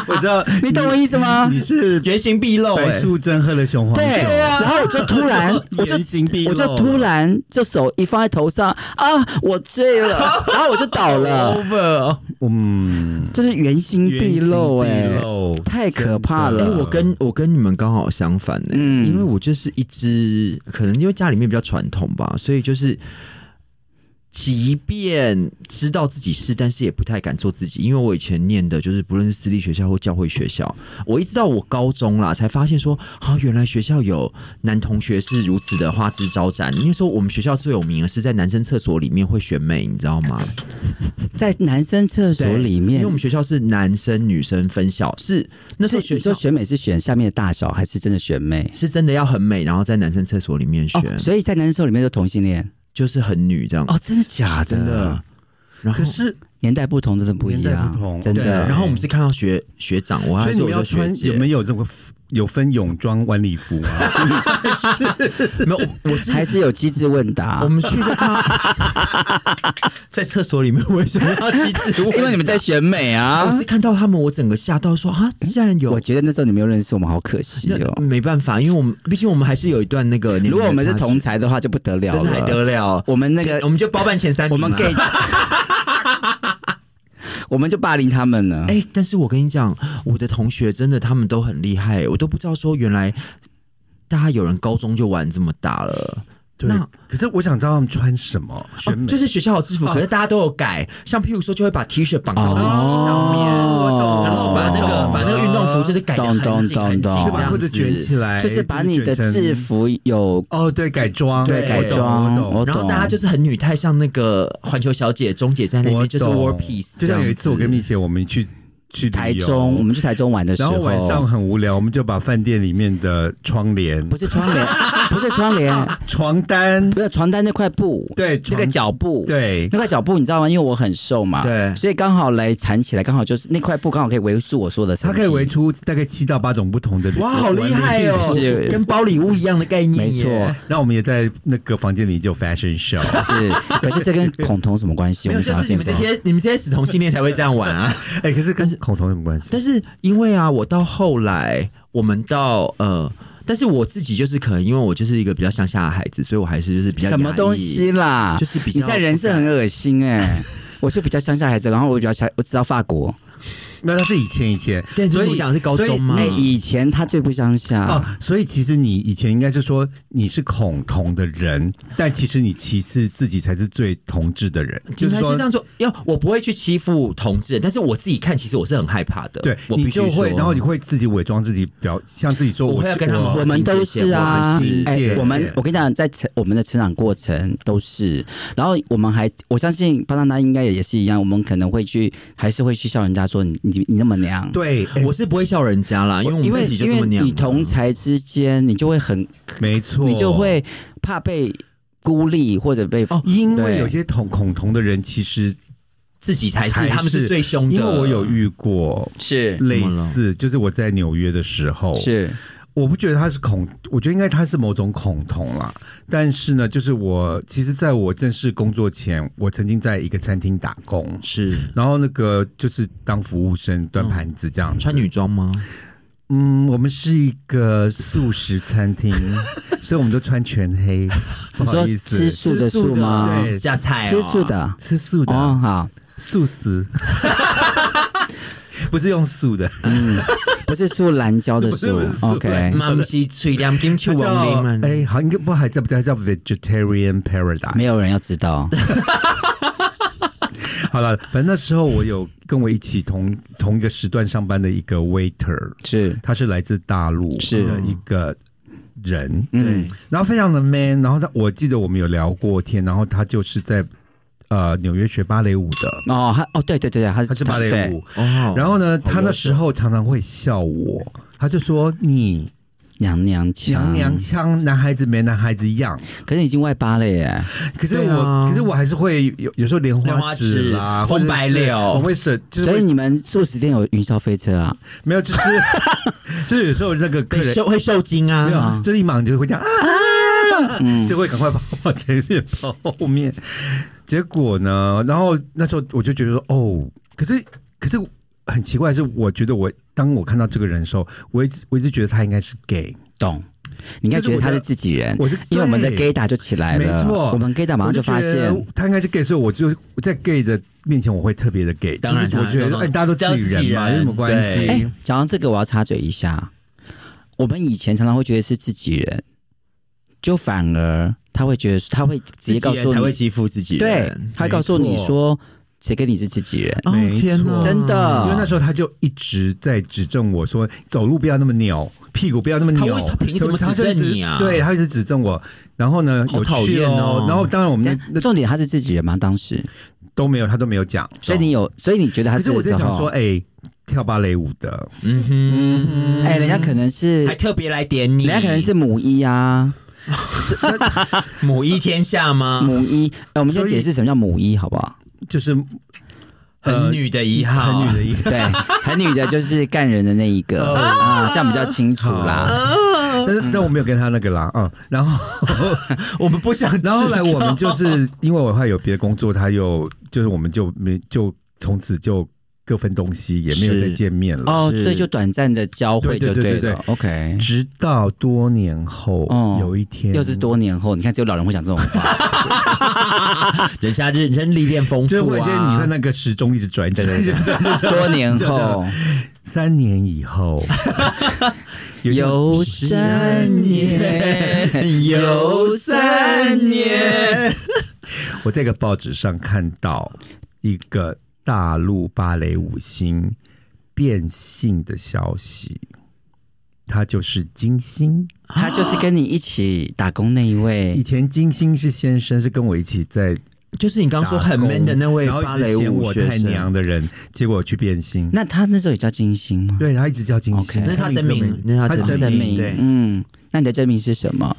[SPEAKER 1] 我知道，
[SPEAKER 3] 你懂啊我意思 吗？
[SPEAKER 1] 你是
[SPEAKER 2] 原形毕露，
[SPEAKER 1] 白
[SPEAKER 2] 哎，
[SPEAKER 1] 素贞喝了雄黄酒，
[SPEAKER 3] 对，然后我就突然，我就
[SPEAKER 1] 原形毕露
[SPEAKER 3] 我就突然就手一放在头上啊，我醉了，然后我就倒了，
[SPEAKER 2] over。
[SPEAKER 1] 嗯，
[SPEAKER 3] 这是原形毕露哎、
[SPEAKER 1] 原形毕露
[SPEAKER 3] 太可怕
[SPEAKER 2] 哎、
[SPEAKER 3] 了
[SPEAKER 2] 我跟我跟你们刚好相反呢、
[SPEAKER 3] 嗯
[SPEAKER 2] 因为我就是一只，可能因为家里面比较传统吧，所以就是，即便知道自己是，但是也不太敢做自己，因为我以前念的就是不论是私立学校或教会学校，我一直到我高中啦，才发现说，啊，原来学校有男同学是如此的花枝招展。那时候我们学校最有名的是在男生厕所里面会选美，你知道吗？
[SPEAKER 3] 哎在男生厕所
[SPEAKER 2] 对哎
[SPEAKER 3] 里
[SPEAKER 2] 因
[SPEAKER 3] 面
[SPEAKER 2] 为我，们学校是男生女生分校，是那时
[SPEAKER 3] 是
[SPEAKER 2] 候
[SPEAKER 3] 你
[SPEAKER 2] 学校
[SPEAKER 3] 说选美是选下面的大小，还是真的选美？
[SPEAKER 2] 是真的要很美，然后在男生厕所里面选，
[SPEAKER 3] 哦，所以在男生厕所里面就同性恋
[SPEAKER 2] 就是很女这样。
[SPEAKER 3] 哦，真的假的？
[SPEAKER 2] 真的，然后
[SPEAKER 1] 可是，
[SPEAKER 3] 年代不同，真的不一
[SPEAKER 1] 年代不
[SPEAKER 3] 样，
[SPEAKER 1] 同
[SPEAKER 3] 真
[SPEAKER 2] 对，
[SPEAKER 3] 的。
[SPEAKER 2] 然后我们是看到学学长，
[SPEAKER 1] 所
[SPEAKER 2] 我还
[SPEAKER 1] 以你
[SPEAKER 2] 说
[SPEAKER 1] 们
[SPEAKER 2] 我
[SPEAKER 1] 要
[SPEAKER 2] 就学
[SPEAKER 1] 穿
[SPEAKER 2] 姐，
[SPEAKER 1] 有没有这个有分泳装、晚礼服 啊？
[SPEAKER 2] 没有，我我是
[SPEAKER 3] 还是有机智问答
[SPEAKER 2] 我，们去就看到 在厕所里面为什么要机智？
[SPEAKER 3] 因为你们在选美啊
[SPEAKER 2] 我是看到他们，我整个吓到说啊，竟然有
[SPEAKER 3] 我。觉得那时候你没有认识我们，好可惜
[SPEAKER 2] 那嗯
[SPEAKER 3] 哦。
[SPEAKER 2] 没办法，因为我们毕竟我们还是有一段那个年龄的差距。
[SPEAKER 3] 如果我们是同才的话，就不得了
[SPEAKER 2] 真的还
[SPEAKER 3] 了。
[SPEAKER 2] 得了？
[SPEAKER 3] 我们那个
[SPEAKER 2] 前我们就包办前三
[SPEAKER 3] 我
[SPEAKER 2] 名嘛。
[SPEAKER 3] 们 gay，我们就霸凌他们了。
[SPEAKER 2] 哎、但是我跟你讲，我的同学真的他们都很厉害，我都不知道说原来大家有人高中就玩这么大了。
[SPEAKER 1] 对
[SPEAKER 2] 那，
[SPEAKER 1] 可是我想知道他们穿什么选
[SPEAKER 2] 哦
[SPEAKER 1] 美，
[SPEAKER 2] 就是学校有制
[SPEAKER 1] 啊
[SPEAKER 2] 服，可是大家都有改，像譬如说就会把 T 恤绑到肚脐上面，
[SPEAKER 3] 哦我懂
[SPEAKER 2] 然后把那个、
[SPEAKER 3] 哦
[SPEAKER 1] 懂
[SPEAKER 2] 把那个运动服就是改的很紧
[SPEAKER 3] 懂
[SPEAKER 2] 很紧
[SPEAKER 3] 懂
[SPEAKER 2] 哦这
[SPEAKER 3] 懂
[SPEAKER 1] 就
[SPEAKER 3] 懂
[SPEAKER 1] 把
[SPEAKER 2] 样
[SPEAKER 1] 裤子
[SPEAKER 2] 子
[SPEAKER 1] 卷起来，
[SPEAKER 3] 就是把你
[SPEAKER 1] 卷
[SPEAKER 3] 的
[SPEAKER 1] 成
[SPEAKER 3] 制服有
[SPEAKER 1] 哦，对，改装，
[SPEAKER 2] 对
[SPEAKER 1] 我
[SPEAKER 2] 改
[SPEAKER 1] 懂
[SPEAKER 3] 装
[SPEAKER 1] 我懂
[SPEAKER 3] 我
[SPEAKER 2] 然后大家就是很女态，像那个环球小姐、钟姐在那
[SPEAKER 1] 我
[SPEAKER 2] 边就是 War
[SPEAKER 1] 懂
[SPEAKER 2] Piece，
[SPEAKER 1] 就像有一次我跟
[SPEAKER 2] 你
[SPEAKER 1] 蜜姐我们去去旅
[SPEAKER 3] 台
[SPEAKER 1] 游
[SPEAKER 3] 中，我们去台中玩的时
[SPEAKER 1] 然
[SPEAKER 3] 候，
[SPEAKER 1] 后晚上很无聊，我们就把饭店里面的窗帘
[SPEAKER 3] 不是窗帘，不是窗帘，
[SPEAKER 1] 床单，
[SPEAKER 3] 不是床单那块布，
[SPEAKER 1] 对，
[SPEAKER 3] 那个
[SPEAKER 1] 床
[SPEAKER 3] 脚布，
[SPEAKER 1] 对
[SPEAKER 3] 那块脚布你知道吗？因为我很瘦嘛，
[SPEAKER 2] 对
[SPEAKER 3] 所以刚好来缠起来，刚好就是那块布刚好可以围住我所有的身
[SPEAKER 1] 它
[SPEAKER 3] 体，
[SPEAKER 1] 可以围出大概七到八种不同的
[SPEAKER 2] 哇，好厉害哦，
[SPEAKER 3] 是
[SPEAKER 2] 跟包礼物一样的概念，
[SPEAKER 3] 没错。
[SPEAKER 1] 那我们也在那个房间里就有 fashion show，
[SPEAKER 3] 是，可是这跟恐同什么关系？
[SPEAKER 2] 没有，
[SPEAKER 3] 我们
[SPEAKER 2] 就
[SPEAKER 3] 讲到
[SPEAKER 2] 是你
[SPEAKER 3] 现
[SPEAKER 2] 们这
[SPEAKER 3] 在，
[SPEAKER 2] 些你们这些死同性恋才会这样玩啊。
[SPEAKER 1] 哎、可是跟恐同有什么关系？
[SPEAKER 2] 但是因为啊，我到后来，我们到呃，但是我自己就是可能因为我就是一个比较乡下的孩子，所以我还是就是比较
[SPEAKER 3] 什么
[SPEAKER 2] 压抑
[SPEAKER 3] 东西啦？
[SPEAKER 2] 就是比较
[SPEAKER 3] 你现在人设很恶心哎、 我是比较乡下孩子，然后我比较乡，我知道法国。
[SPEAKER 1] 那它是以前以前，
[SPEAKER 2] 对就是
[SPEAKER 1] 所以
[SPEAKER 2] 我讲的是高中嘛
[SPEAKER 1] 所
[SPEAKER 3] 那
[SPEAKER 1] 以
[SPEAKER 3] 以前他最不乡下，
[SPEAKER 1] 哦，所以其实你以前应该是说你是恐同的人，但其实你其实自己才是最同志的人，就
[SPEAKER 2] 应
[SPEAKER 1] 是
[SPEAKER 2] 该是
[SPEAKER 1] 说
[SPEAKER 2] 这样说，要我不会去欺负同志人，但是我自己看，其实我是很害怕的。
[SPEAKER 1] 对，
[SPEAKER 2] 我必
[SPEAKER 1] 你
[SPEAKER 2] 须说
[SPEAKER 1] 就会，然后你会自己伪装自己，表像自己说
[SPEAKER 2] 我会要跟他们
[SPEAKER 3] 我们都是啊
[SPEAKER 1] 我们，
[SPEAKER 3] 哎、
[SPEAKER 1] 是
[SPEAKER 3] 我们
[SPEAKER 1] 是
[SPEAKER 3] 我跟你讲，在成我们的成长过程都是，然后我们还我相信巴拿那应该也是一样，我们可能会去还是会去笑人家说你你你那么娘，
[SPEAKER 1] 对，哎
[SPEAKER 2] 我是不会笑人家啦，因为我
[SPEAKER 3] 因
[SPEAKER 2] 们
[SPEAKER 3] 为
[SPEAKER 2] 自己就
[SPEAKER 3] 因
[SPEAKER 2] 这
[SPEAKER 3] 为
[SPEAKER 2] 么那样啊。
[SPEAKER 3] 你同才之间，你就会很
[SPEAKER 1] 没
[SPEAKER 2] 哦
[SPEAKER 1] 错，
[SPEAKER 3] 你就会怕被孤立或者被
[SPEAKER 2] 哦
[SPEAKER 1] 因为
[SPEAKER 3] 对
[SPEAKER 1] 有些同恐同的人其实。
[SPEAKER 2] 自己才是
[SPEAKER 1] 才
[SPEAKER 2] 他们是
[SPEAKER 1] 是
[SPEAKER 2] 最凶的，哎
[SPEAKER 1] 因为我有遇过
[SPEAKER 3] 是
[SPEAKER 1] 类
[SPEAKER 2] 怎么了
[SPEAKER 1] 似，就是我在纽约的时候，
[SPEAKER 3] 是
[SPEAKER 1] 我不觉得他是恐，我觉得应该他是某种恐同啦。但是呢，就是我其实在我正式工作前，我曾经在一个餐厅打工，
[SPEAKER 2] 是
[SPEAKER 1] 然后那个就是当服务生端盘子这样子。
[SPEAKER 2] 穿女装吗？
[SPEAKER 1] 嗯，我们是一个素食餐 厅，所以我们都穿全黑。不
[SPEAKER 3] 你
[SPEAKER 1] 好
[SPEAKER 3] 说
[SPEAKER 1] 意思，
[SPEAKER 3] 吃素的素吗？
[SPEAKER 1] 对
[SPEAKER 2] 下菜哦
[SPEAKER 3] 吃素的
[SPEAKER 1] 吃素的、
[SPEAKER 3] 哦，好，
[SPEAKER 1] 素 食，不是用素的。
[SPEAKER 3] 嗯，不是素蓝椒 的
[SPEAKER 1] 不是
[SPEAKER 3] 素
[SPEAKER 1] 不是素
[SPEAKER 3] ，OK，
[SPEAKER 2] 妈咪是吹凉金秋
[SPEAKER 1] 它
[SPEAKER 2] 王林
[SPEAKER 1] 叫
[SPEAKER 2] 们。
[SPEAKER 1] 哎，好，应该不还在不在？它叫 Vegetarian Paradise。
[SPEAKER 3] 没有人要知道，
[SPEAKER 1] 好了，反正那时候我有跟我一起同同一个时段上班的一个 waiter，
[SPEAKER 3] 是，
[SPEAKER 1] 他是来自大陆
[SPEAKER 3] 是
[SPEAKER 1] 的一个人，
[SPEAKER 3] 嗯，
[SPEAKER 1] 然后非常的 man，然后他我记得我们有聊过天，然后他就是在呃纽约学芭蕾舞的，
[SPEAKER 3] 哦，他哦，对对对对，他
[SPEAKER 1] 他是芭蕾舞，，
[SPEAKER 2] 哦
[SPEAKER 1] 然后呢，
[SPEAKER 2] 好
[SPEAKER 1] 他那
[SPEAKER 2] 优秀
[SPEAKER 1] 时候常常会笑我，他就说你
[SPEAKER 3] 娘娘腔，
[SPEAKER 1] 娘娘
[SPEAKER 2] 嗯
[SPEAKER 1] 腔，男孩子没男孩子样，
[SPEAKER 3] 可是你已经外八了耶，
[SPEAKER 1] 可是
[SPEAKER 2] 对
[SPEAKER 1] 我、
[SPEAKER 2] 啊
[SPEAKER 1] 可是我还是会有有时候莲
[SPEAKER 2] 莲
[SPEAKER 1] 花
[SPEAKER 2] 花
[SPEAKER 1] 指
[SPEAKER 2] 指
[SPEAKER 1] 啦，
[SPEAKER 2] 风
[SPEAKER 1] 或者
[SPEAKER 2] 嗯白
[SPEAKER 1] 是
[SPEAKER 2] 柳
[SPEAKER 1] 我会是就是
[SPEAKER 3] 所以
[SPEAKER 1] 会
[SPEAKER 3] 你们素食店有云霄飞车 啊？
[SPEAKER 1] 没有 就是就是有时候那个客
[SPEAKER 2] 对，
[SPEAKER 1] 人
[SPEAKER 2] 受会受惊
[SPEAKER 1] 没
[SPEAKER 2] 啊
[SPEAKER 1] 有，，就是一忙就会这样啊，
[SPEAKER 3] 嗯
[SPEAKER 1] 就会赶快跑跑前面跑后面。结果呢，然后那时候我就觉得说，哦，可是可是很奇怪，是我觉得我当我看到这个人的时候，我一直我一直觉得他应该是 gay，
[SPEAKER 3] 懂。你应该觉得他是自己人，
[SPEAKER 1] 我是
[SPEAKER 3] 嗯因为我们的
[SPEAKER 1] 对
[SPEAKER 3] gay 打就起来了，
[SPEAKER 1] 没错
[SPEAKER 3] 我们 gay 打马上就发
[SPEAKER 1] 我就
[SPEAKER 3] 现
[SPEAKER 1] 觉得他应该是 gay，所以我就我在 gay 的面前我会特别的 gay，
[SPEAKER 2] 当然
[SPEAKER 1] 就是我觉
[SPEAKER 2] 当
[SPEAKER 1] 得
[SPEAKER 2] 然
[SPEAKER 1] 哎，大家都自己人嘛，
[SPEAKER 2] 都自己人
[SPEAKER 1] 有什么关系？
[SPEAKER 2] 对
[SPEAKER 3] 哎，讲到这个，我要插嘴一下。我们以前常常会觉得是自己人，就反而他会觉得他会直接告
[SPEAKER 2] 自己
[SPEAKER 3] 诉
[SPEAKER 2] 人才会
[SPEAKER 3] 你，
[SPEAKER 2] 欺负自己
[SPEAKER 3] 对
[SPEAKER 2] 人。，
[SPEAKER 3] 他会告诉
[SPEAKER 1] 没
[SPEAKER 3] 你
[SPEAKER 1] 错
[SPEAKER 3] 说谁跟你是自己人，
[SPEAKER 2] 哦
[SPEAKER 1] 没
[SPEAKER 2] 天
[SPEAKER 1] 错
[SPEAKER 2] 哪，
[SPEAKER 3] 真的
[SPEAKER 1] 因为那时候他就一直在指正我说，走路不要那么扭，屁股不要那么扭
[SPEAKER 2] 他为。他凭什么指正你啊
[SPEAKER 1] 对，他一直指正我。然后呢，
[SPEAKER 2] 好
[SPEAKER 1] 有
[SPEAKER 2] 讨
[SPEAKER 1] 趣
[SPEAKER 2] 厌哦
[SPEAKER 1] 然后当然我们
[SPEAKER 3] 但
[SPEAKER 1] 那那
[SPEAKER 3] 重点他是自己人吗？当时，
[SPEAKER 1] 都没有，他都没有讲。
[SPEAKER 3] 所以你有，所以你觉得他
[SPEAKER 1] 可是
[SPEAKER 3] 的
[SPEAKER 1] 我
[SPEAKER 3] 时
[SPEAKER 1] 在想
[SPEAKER 3] 候
[SPEAKER 1] 说，，哎、跳芭蕾舞的，
[SPEAKER 2] 嗯哼，
[SPEAKER 1] 嗯
[SPEAKER 3] 哎，人家可能是，
[SPEAKER 2] 还特别来点你，
[SPEAKER 3] 人家可能是母一啊，
[SPEAKER 2] 母仪天下吗？
[SPEAKER 3] 母一。哎，我们先
[SPEAKER 1] 啊所以
[SPEAKER 3] 解释什么叫母一，好 不好？
[SPEAKER 1] 就是
[SPEAKER 2] 很女的一号
[SPEAKER 1] 很女，的一个。
[SPEAKER 3] 对，很女的就是干人的那一个
[SPEAKER 1] 哦
[SPEAKER 3] 啊，这样比较清楚啦。
[SPEAKER 1] 但是但我没有跟他那个啦，嗯，然后
[SPEAKER 2] 我们不想知道。
[SPEAKER 1] 然后后来我们就是因为我还有别的工作，他又就是我们就没就从此就各分东西，也没有再
[SPEAKER 2] 是
[SPEAKER 1] 见面了。
[SPEAKER 3] 哦，
[SPEAKER 2] 是
[SPEAKER 3] 所以就短暂的交汇就
[SPEAKER 1] 对对对
[SPEAKER 3] 了。OK，
[SPEAKER 1] 直到多年后，
[SPEAKER 3] 哦
[SPEAKER 1] 有一天，
[SPEAKER 3] 又是多年后，你看只有老人会讲这 种话，
[SPEAKER 2] 人家人生历练丰
[SPEAKER 1] 就是
[SPEAKER 2] 富
[SPEAKER 1] 我觉得你
[SPEAKER 2] 啊
[SPEAKER 1] 看，那个时钟一直转，对对 对，
[SPEAKER 3] 多年后
[SPEAKER 1] 三年以 后，
[SPEAKER 3] 有三年，有三年，，
[SPEAKER 1] 我在一个报纸上看到一个大陆芭蕾舞星变性的消息，她就是金星。
[SPEAKER 3] 他就是跟你一起打工那
[SPEAKER 2] 哎
[SPEAKER 3] 一
[SPEAKER 1] 以
[SPEAKER 3] 位，
[SPEAKER 1] 前金星是先生，是跟我一起在
[SPEAKER 2] 就是你刚哦刚说很 man 的那位
[SPEAKER 1] 然后一直
[SPEAKER 2] 芭蕾
[SPEAKER 1] 嫌
[SPEAKER 2] 舞
[SPEAKER 1] 我
[SPEAKER 2] 学
[SPEAKER 1] 太
[SPEAKER 2] 生
[SPEAKER 1] 娘。的人，结果我去变性。
[SPEAKER 3] 那他那时候也叫金星吗？
[SPEAKER 1] 对他一直叫金星，
[SPEAKER 3] OK 那是
[SPEAKER 2] 他真名
[SPEAKER 1] 他
[SPEAKER 2] 那是
[SPEAKER 1] 是
[SPEAKER 2] 他
[SPEAKER 1] 真
[SPEAKER 2] 真
[SPEAKER 3] 证
[SPEAKER 2] 名
[SPEAKER 1] 名
[SPEAKER 3] 明
[SPEAKER 2] 对
[SPEAKER 3] 嗯，那你的真名是什么？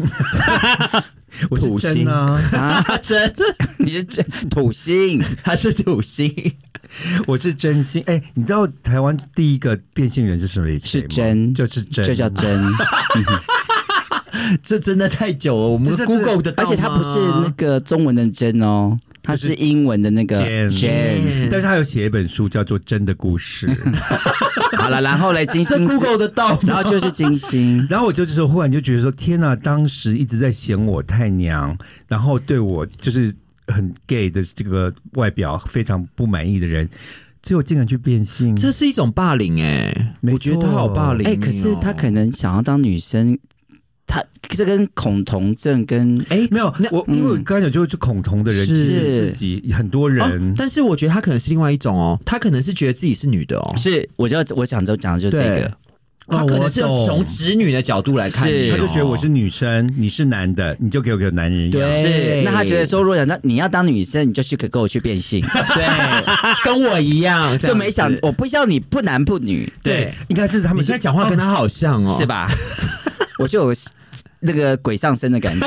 [SPEAKER 1] 我是
[SPEAKER 2] 土
[SPEAKER 1] 真啊，
[SPEAKER 3] 啊，真的， 你是真土星，
[SPEAKER 2] 他是土星，
[SPEAKER 1] 我是真心。哎、你知道台湾第一个变性人是什么谁吗？
[SPEAKER 3] 是真
[SPEAKER 1] 就是真，
[SPEAKER 3] 这叫真。
[SPEAKER 2] 这真的太久了，我们
[SPEAKER 1] 这这
[SPEAKER 2] Google 的，
[SPEAKER 3] 而且它不是那个中文的真哦，它是英文的那个
[SPEAKER 1] 就是
[SPEAKER 3] Jen。
[SPEAKER 1] 但是他有写一本书叫做《真的故 事》，
[SPEAKER 3] 好了，然后嘞，金
[SPEAKER 2] 这
[SPEAKER 3] 星，
[SPEAKER 2] Google 得到
[SPEAKER 3] 然后就是金 星，
[SPEAKER 1] 然后我就这时候忽然就觉得说，天呐，当时一直在嫌我太娘，然后对我就是很 gay 的这个外表非常不满意的人，最后竟然去变性，
[SPEAKER 2] 这是一种霸凌哎、
[SPEAKER 1] 没错
[SPEAKER 2] 我觉得他好霸凌、哦
[SPEAKER 3] 哎、可是他可。能想要当女生，他这跟恐同症跟
[SPEAKER 2] 哎、
[SPEAKER 1] 没有
[SPEAKER 2] 那
[SPEAKER 1] 我，因为我刚才讲就是恐同的人，
[SPEAKER 3] 嗯是
[SPEAKER 1] 其实自己很多人、
[SPEAKER 2] 哦，但是我觉得他可能是另外一种哦，他可能是觉得自己是女的哦，
[SPEAKER 3] 是，我就我想就讲的就是这
[SPEAKER 2] 对
[SPEAKER 3] 个，
[SPEAKER 1] 哦
[SPEAKER 2] 他可能是
[SPEAKER 1] 我懂
[SPEAKER 2] 从直女的角度来看你
[SPEAKER 3] 是
[SPEAKER 2] 哦，
[SPEAKER 1] 他就觉得我是女生，你是男的，你就给我个男人一样
[SPEAKER 2] 对。
[SPEAKER 3] 是，那他觉得说，如果想当你要当女生，你就去给跟我去变性，
[SPEAKER 2] 对，跟我一样，
[SPEAKER 3] 就没想我不要你不男不女，
[SPEAKER 1] 对，应该这是他
[SPEAKER 2] 他
[SPEAKER 1] 们
[SPEAKER 2] 们现在讲话跟他好像哦，
[SPEAKER 3] 是？吧？我就有那个鬼上身的 感觉，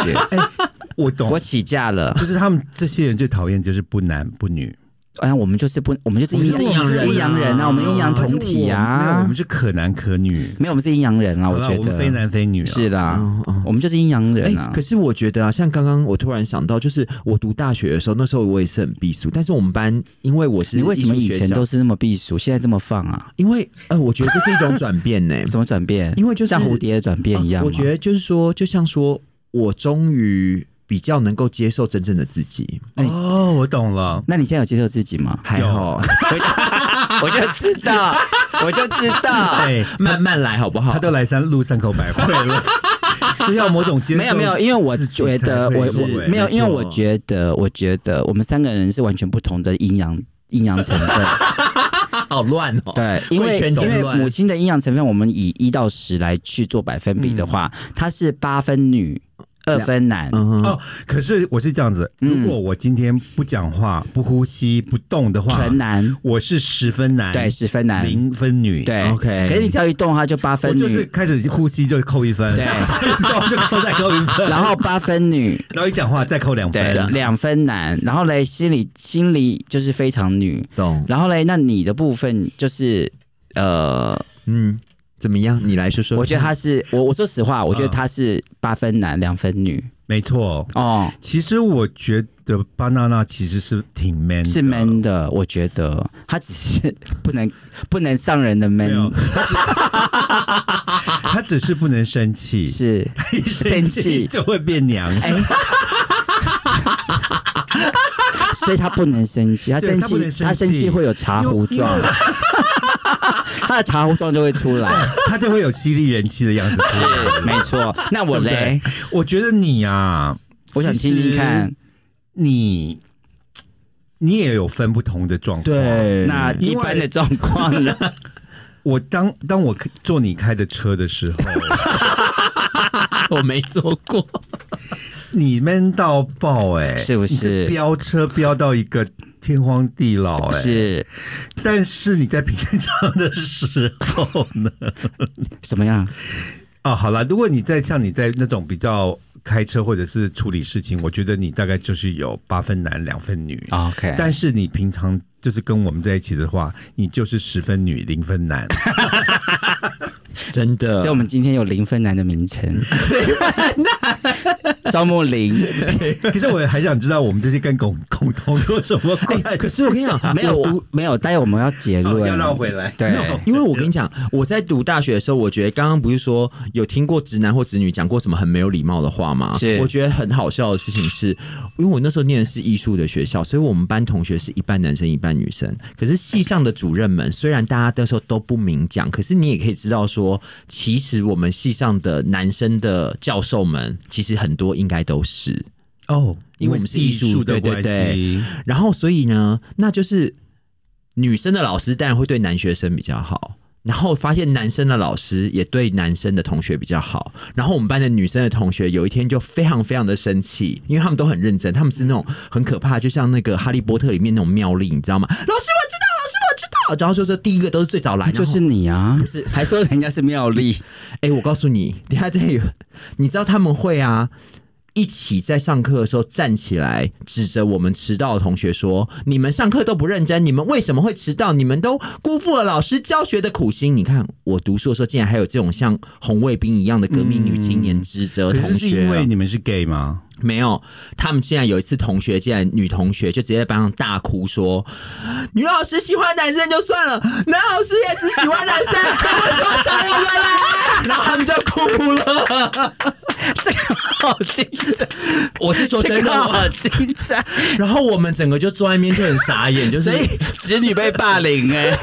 [SPEAKER 1] 我懂
[SPEAKER 3] 我，起价了，
[SPEAKER 1] 就是他们这些人最讨厌就是不男不女，
[SPEAKER 3] 哎，我们就是不，我们就是
[SPEAKER 2] 我们
[SPEAKER 3] 阴
[SPEAKER 2] 就是阴阳人啊
[SPEAKER 3] 阴阳人啊，我们阴阳同体
[SPEAKER 1] 没哦有我
[SPEAKER 3] 啊
[SPEAKER 1] 们，是可男可女。
[SPEAKER 3] 没有，我们是阴阳人啊，
[SPEAKER 1] 好
[SPEAKER 3] 我
[SPEAKER 1] 了，
[SPEAKER 3] 觉
[SPEAKER 1] 我们非
[SPEAKER 3] 得
[SPEAKER 1] 男非女啊
[SPEAKER 3] 是啦，
[SPEAKER 2] 嗯嗯
[SPEAKER 3] 我们就是阴阳
[SPEAKER 2] 哎、
[SPEAKER 3] 人啊
[SPEAKER 2] 可。是我觉得啊，像刚刚我突然想到，就是我读大学的时候，那时候我也是很避俗，但是我们班因为我是
[SPEAKER 3] 你为什么
[SPEAKER 2] 艺术
[SPEAKER 3] 以
[SPEAKER 2] 学
[SPEAKER 3] 前
[SPEAKER 2] 校
[SPEAKER 3] 都是那么避俗，现在这么放啊？
[SPEAKER 2] 因为呃，我觉得这是一种转变呢、
[SPEAKER 3] 什么转变？
[SPEAKER 2] 因为就是
[SPEAKER 3] 像蝴蝶的转变一样
[SPEAKER 2] 啊
[SPEAKER 3] 吗、
[SPEAKER 2] 我觉得就是说，就像说我终于比较能够接受真正的自己，
[SPEAKER 1] 哦，我懂了。
[SPEAKER 3] 那你现在有接受自己吗？
[SPEAKER 2] 还好，
[SPEAKER 3] 我就知道，我就知道，
[SPEAKER 1] 对，
[SPEAKER 2] 慢慢来好不好？
[SPEAKER 1] 他都来三路三口百惠 了，就要某种接受
[SPEAKER 3] 没有没有，因为我
[SPEAKER 1] 自己
[SPEAKER 3] 觉得
[SPEAKER 1] 才
[SPEAKER 3] 我
[SPEAKER 1] 会
[SPEAKER 2] 是
[SPEAKER 1] 入
[SPEAKER 3] 我
[SPEAKER 1] 围
[SPEAKER 3] 没有，
[SPEAKER 2] 没错
[SPEAKER 3] 因为我觉得我觉得我们三个人是完全不同的阴阳阴阳成分。
[SPEAKER 2] 好乱哦。
[SPEAKER 3] 对，因为
[SPEAKER 2] 贵圈
[SPEAKER 3] 因
[SPEAKER 2] 总
[SPEAKER 3] 为
[SPEAKER 2] 乱
[SPEAKER 3] 母亲的阴阳成分，我们以一到十来去做百分比的话，它是八分女，二分男。
[SPEAKER 2] 嗯哼，
[SPEAKER 1] 哦。可是我是这样子，
[SPEAKER 3] 嗯
[SPEAKER 1] 如果我今天不讲话、不呼吸、不动的话，
[SPEAKER 3] 纯男，
[SPEAKER 1] 我是十分男，
[SPEAKER 3] 对，十分男，
[SPEAKER 1] 零分女，，
[SPEAKER 3] 对
[SPEAKER 2] OK
[SPEAKER 3] 可是你只要一动，它就八
[SPEAKER 1] 我
[SPEAKER 3] 分女，
[SPEAKER 1] 就是开始呼吸就扣一分，
[SPEAKER 3] 对
[SPEAKER 1] 动就扣再扣一分，
[SPEAKER 3] 然后八分女，
[SPEAKER 1] 然后一讲话再扣两
[SPEAKER 3] 对
[SPEAKER 1] 分，，
[SPEAKER 3] 两分男，然后嘞，心理心理就是非常女，
[SPEAKER 2] 懂。
[SPEAKER 3] 然后嘞，那你的部分就是呃，
[SPEAKER 2] 嗯，怎么样？你来说说。
[SPEAKER 3] 我觉得他是我我说实话，我觉得
[SPEAKER 1] 嗯
[SPEAKER 3] 他是八分男两分女
[SPEAKER 1] 没错。
[SPEAKER 3] 哦，
[SPEAKER 1] 其实我觉得巴娜娜其实是挺 man，的
[SPEAKER 3] 是 man 的，我觉得他只是不能 不能上人的
[SPEAKER 1] 没有
[SPEAKER 3] man，
[SPEAKER 1] 他只他 只是不能生气，
[SPEAKER 3] 是
[SPEAKER 1] 一
[SPEAKER 3] 生气
[SPEAKER 1] 就会变娘。
[SPEAKER 3] 哎。所以他不能生气，他
[SPEAKER 1] 对
[SPEAKER 3] 生
[SPEAKER 1] 他不
[SPEAKER 3] 气
[SPEAKER 1] 能，生
[SPEAKER 3] 他生气
[SPEAKER 1] 气
[SPEAKER 3] 会有茶
[SPEAKER 1] 因为
[SPEAKER 3] 壶
[SPEAKER 1] 因为
[SPEAKER 3] 状， 他的茶壶状就会出来。
[SPEAKER 1] 他就会有犀利人气的样子出来。
[SPEAKER 3] 没错，那
[SPEAKER 1] 对
[SPEAKER 3] 我
[SPEAKER 1] 不对
[SPEAKER 3] 嘞，
[SPEAKER 1] 我觉得你啊，
[SPEAKER 3] 我想听听看，
[SPEAKER 1] 你，你也有分不同的状况。，
[SPEAKER 2] 对，
[SPEAKER 3] 那
[SPEAKER 1] 嗯
[SPEAKER 3] 一般的状况呢？
[SPEAKER 1] 我当当我开坐你开的车的时候，
[SPEAKER 2] 我没做过。
[SPEAKER 1] 你闷到爆哎、
[SPEAKER 3] 是不是
[SPEAKER 1] 你飙车飙到一个天荒地老哎、
[SPEAKER 3] 是
[SPEAKER 1] 但是你在平常的时候 呢？
[SPEAKER 3] 什么样？
[SPEAKER 1] 哦，好啦，如果你在像你在那种比较开车或者是处理事情，我觉得你大概就是有八分男两分女。
[SPEAKER 2] 哦
[SPEAKER 3] 哦 OK，
[SPEAKER 1] 但是你平常就是跟我们在一起的话，你就是十分女零分男。
[SPEAKER 2] 真
[SPEAKER 3] 所以
[SPEAKER 2] 的
[SPEAKER 3] 我，们今天有零分男的名 称， 招募零，
[SPEAKER 1] 可是我还想知道我们这些跟恐恐同有什么关系？
[SPEAKER 2] 哎可是我跟你讲，
[SPEAKER 3] 没有
[SPEAKER 2] 我读
[SPEAKER 3] 我没有，待会我们要结
[SPEAKER 1] 哦
[SPEAKER 3] 论，
[SPEAKER 1] 要绕回来，
[SPEAKER 3] 对
[SPEAKER 1] No
[SPEAKER 2] 因为我跟你讲，我在读大学的时候，我觉得刚刚不是说有听过直男或直女讲过什么很没有礼貌的话吗？
[SPEAKER 3] 是
[SPEAKER 2] 我觉得很好笑的事情是，因为我那时候念的是艺术的学校，所以我们班同学是一半男生一半女生。可是系上的主任们，虽然大家那时候都不明讲，可是你也可以知道说，其实我们系上的男生的教授们，其实很多应该都是。
[SPEAKER 1] 哦，
[SPEAKER 2] 因为我们是
[SPEAKER 1] 艺
[SPEAKER 2] 艺术
[SPEAKER 1] 术的
[SPEAKER 2] 对
[SPEAKER 1] 关
[SPEAKER 2] 对对
[SPEAKER 1] 系，
[SPEAKER 2] 然后所以呢，那就是女生的老师当然会对男学生比较好。然后发现男生的老师也对男生的同学比较好，然后我们班的女生的同学有一天就非常非常的生气，因为他们都很认真，他们是那种很可怕，就像那个《哈利波特》里面那种妙丽，你知道吗？老师我知道，老师我知道，然后就说第一个都是最早来，
[SPEAKER 3] 就
[SPEAKER 2] 然后
[SPEAKER 3] 是你啊，
[SPEAKER 2] 是
[SPEAKER 3] 还说人家是妙丽，
[SPEAKER 2] 哎、我告诉你， 等一下这有，你知道他们会啊，一起在上课的时候站起来，指着我们迟到的同学说：“你们上课都不认真，你们为什么会迟到？你们都辜负了老师教学的苦心。”你看，我读书的时候竟然还有这种像红卫兵一样的革命女青年指责
[SPEAKER 1] 可
[SPEAKER 2] 同
[SPEAKER 1] 是是
[SPEAKER 2] 学、啊
[SPEAKER 1] 因为你们是 gay 吗？
[SPEAKER 2] 没有，他们竟然有一次同学，竟然女同学就直接在班上大哭说：“女老师喜欢男生就算了，男老师也只喜欢男生， 为什么找我们来？”然后他们就哭了。
[SPEAKER 3] 这个好精彩，
[SPEAKER 2] 我是说
[SPEAKER 3] 这
[SPEAKER 2] 真
[SPEAKER 3] 个
[SPEAKER 2] 的，
[SPEAKER 3] 好
[SPEAKER 2] 我
[SPEAKER 3] 精彩，
[SPEAKER 2] 然后我们整个就坐在那边就很傻眼，就是
[SPEAKER 3] 所以侄女被霸凌哎、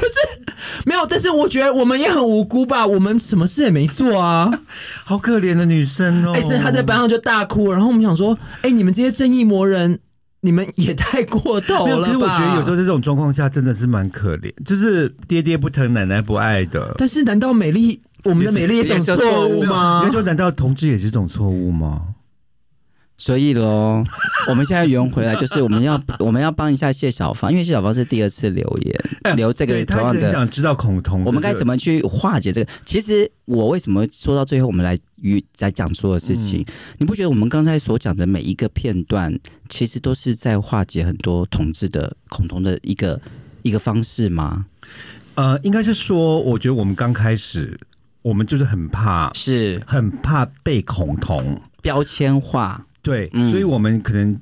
[SPEAKER 2] 没有。但是我觉得我们也很无辜吧，我们什么事也没做啊。
[SPEAKER 1] 好可怜的女生哦！
[SPEAKER 2] 哎、真的他在班上就大哭，然后我们想说，哎、你们这些正义魔人，你们也太过头
[SPEAKER 1] 没有，
[SPEAKER 2] 了
[SPEAKER 1] 可
[SPEAKER 2] 吧？
[SPEAKER 1] 是我觉得有时候这种状况下真的是蛮可怜，就是爹爹不疼，奶奶不爱的。
[SPEAKER 2] 但是难道美丽，我们的美丽也是种错误
[SPEAKER 3] 啊
[SPEAKER 1] 应该
[SPEAKER 2] 吗？
[SPEAKER 1] 说，难道同志也是这种错误吗？
[SPEAKER 3] 所以喽，我们现在圆回来，就是我们要我们要帮一下谢小芳，因为谢小芳是第二次留言，留这个
[SPEAKER 1] 对，
[SPEAKER 3] 同
[SPEAKER 1] 他
[SPEAKER 3] 样
[SPEAKER 1] 是很
[SPEAKER 3] 的，
[SPEAKER 1] 想知道恐同，
[SPEAKER 3] 我们该怎
[SPEAKER 1] 么？
[SPEAKER 3] 么去化解这个？其实我为什么说到最后，我们来与来讲所有事
[SPEAKER 1] 嗯
[SPEAKER 3] 情，你不觉得我们刚才所讲的每一个片段，其实都是在化解很多同志的恐同的一个一个方式吗？
[SPEAKER 1] 呃，应该是说，我觉得我们刚开始，我们就是很怕，
[SPEAKER 3] 是
[SPEAKER 1] 很怕被恐同，
[SPEAKER 3] 标签化，
[SPEAKER 1] 对，
[SPEAKER 3] 嗯
[SPEAKER 1] 所以我们可能。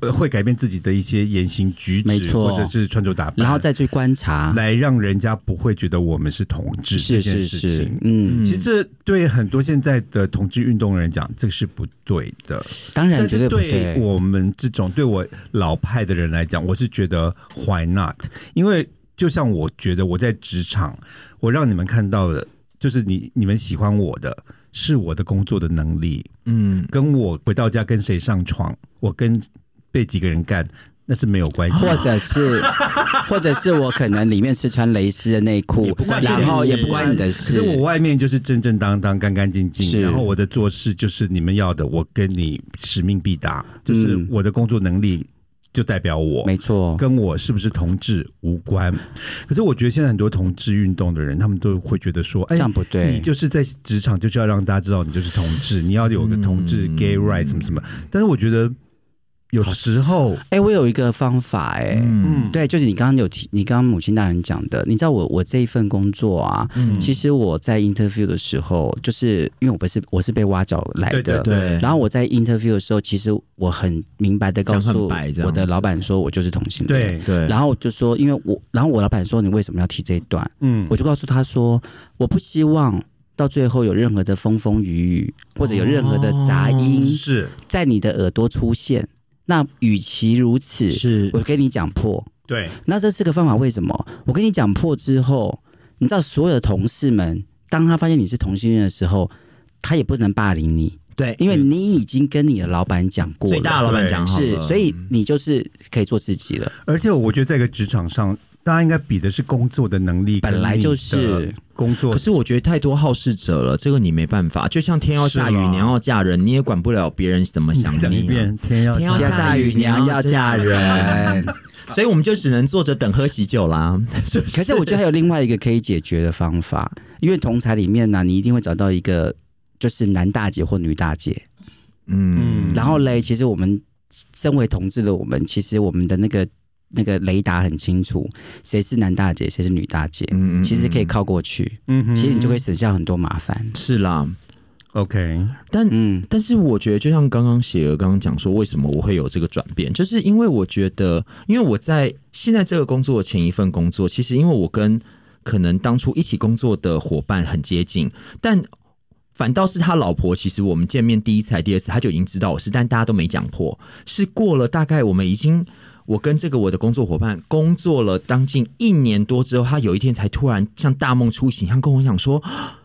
[SPEAKER 1] 呃会改变自己的一些言行举止，
[SPEAKER 3] 没错
[SPEAKER 1] 或者是穿着打扮，
[SPEAKER 3] 然后再去观察，
[SPEAKER 1] 来让人家不会觉得我们是同志这
[SPEAKER 3] 是
[SPEAKER 1] 件
[SPEAKER 3] 是
[SPEAKER 1] 事情。
[SPEAKER 3] 是，嗯，
[SPEAKER 1] 其实这对很多现在的同志运动人讲，这是不对的。
[SPEAKER 3] 当然
[SPEAKER 1] 但
[SPEAKER 3] 啊绝
[SPEAKER 1] 是
[SPEAKER 3] 不
[SPEAKER 1] 对
[SPEAKER 3] 对，
[SPEAKER 1] 我们这种对我老派的人来讲，我是觉得 why not？因为就像我觉得我在职场，我让你们看到的，就是你你们喜欢我的是我的工作的能力，
[SPEAKER 2] 嗯，
[SPEAKER 1] 跟我回到家跟谁上床，我跟被几个人干，那是没有关系。
[SPEAKER 3] 或者是，或者是我可能里面是穿蕾丝的内裤
[SPEAKER 2] 也不，关你的
[SPEAKER 3] 然后
[SPEAKER 2] 事
[SPEAKER 3] 也不关你的
[SPEAKER 1] 可是我
[SPEAKER 3] 事。
[SPEAKER 1] 外面就是正正当当、干干净
[SPEAKER 3] 是
[SPEAKER 1] 净，然后我的做事就是你们要的，我跟你使命必达，就是
[SPEAKER 3] 嗯
[SPEAKER 1] 我的工作能力就代表我，
[SPEAKER 3] 没错，
[SPEAKER 1] 跟我是不是同志无关。可是我觉得现在很多同志运动的人，他们都会觉得说，哎
[SPEAKER 3] 这。样不
[SPEAKER 1] 你
[SPEAKER 3] 对。
[SPEAKER 1] 就是在职场就是要让大家知道你就是同志，你要有个同志
[SPEAKER 3] 嗯
[SPEAKER 1] gay right 什么什么。但是我觉得有时候，
[SPEAKER 3] 哎，我有一个方法，哎，
[SPEAKER 2] 嗯
[SPEAKER 1] 嗯，
[SPEAKER 3] 对，就是你刚刚有提，你刚刚母亲大人讲的，你知道我我这一份工作啊，
[SPEAKER 2] 嗯
[SPEAKER 3] 其实我在 interview 的时候，就是因为我不是我是被挖角来
[SPEAKER 1] 对对
[SPEAKER 3] 的，
[SPEAKER 2] 对，
[SPEAKER 3] 然后我在 interview 的时候，其实我很明白的告
[SPEAKER 2] 讲
[SPEAKER 3] 诉
[SPEAKER 2] 很白这样
[SPEAKER 3] 我的
[SPEAKER 2] 子
[SPEAKER 3] 老板说，我就是同性
[SPEAKER 1] 对，
[SPEAKER 3] 恋。
[SPEAKER 2] 对，
[SPEAKER 3] 然后我就说，因为我，然后我老板说你为什么要提这一段？
[SPEAKER 1] 嗯
[SPEAKER 3] 我就告诉他说，我不希望到最后有任何的风风雨雨，或者有任何的杂
[SPEAKER 2] 哦
[SPEAKER 3] 音
[SPEAKER 1] 是
[SPEAKER 3] 在你的耳朵出现。那与其如此，
[SPEAKER 2] 是
[SPEAKER 3] 我跟你讲破。
[SPEAKER 1] 对，
[SPEAKER 3] 那这是个方法，为什么？我跟你讲破之后，你知道所有的同事们，当他发现你是同性恋的时候，他也不能霸凌你，
[SPEAKER 2] 对，
[SPEAKER 3] 因为你已经跟你的老板讲
[SPEAKER 2] 嗯
[SPEAKER 3] 过
[SPEAKER 2] 最大
[SPEAKER 3] 了，
[SPEAKER 2] 老板讲好
[SPEAKER 3] 是，
[SPEAKER 2] 了嗯
[SPEAKER 3] 所以你就是可以做自 己了。
[SPEAKER 1] 而且我觉得在一个职场上，大家应该比的是工作的能力，
[SPEAKER 3] 本来就是
[SPEAKER 1] 工作
[SPEAKER 2] 可。是我觉得太多好事者了，这个你没办法。就像天要下雨，
[SPEAKER 1] 是啦
[SPEAKER 2] 娘要嫁人，你也管不了别人怎么
[SPEAKER 1] 你
[SPEAKER 2] 想
[SPEAKER 1] 再讲一
[SPEAKER 2] 你啊。
[SPEAKER 1] 遍，天要
[SPEAKER 2] 天要
[SPEAKER 3] 要下雨，娘要嫁人。
[SPEAKER 2] 所以我们就只能坐着等喝喜酒啦。是不是
[SPEAKER 3] 可是我觉得还有另外一个可以解决的方法，因为同才里面呢、你一定会找到一个就是男大姐或女大姐。
[SPEAKER 2] 嗯，
[SPEAKER 3] 然后嘞，其实我们身为同志的我们，其实我们的那个那个雷达很清楚，谁是男大姐，谁是女大姐，
[SPEAKER 2] 嗯
[SPEAKER 3] 其实可以靠过去，
[SPEAKER 1] 嗯哼
[SPEAKER 3] 其实你就可以省下很多麻烦。
[SPEAKER 2] 是啦，
[SPEAKER 1] OK，
[SPEAKER 2] 但
[SPEAKER 3] 嗯，
[SPEAKER 2] 但是我觉得，就像刚刚喜儿刚刚讲说，为什么我会有这个转变，就是因为我觉得，因为我在现在这个工作的前一份工作，其实因为我跟可能当初一起工作的伙伴很接近，但反倒是他老婆，其实我们见面第一次、还第二次，他就已经知道我是，但大家都没讲破。是过了大概我们已经，我跟这个我的工作伙伴工作了将近一年多之后，他有一天才突然像大梦初醒一样跟我讲说：“啊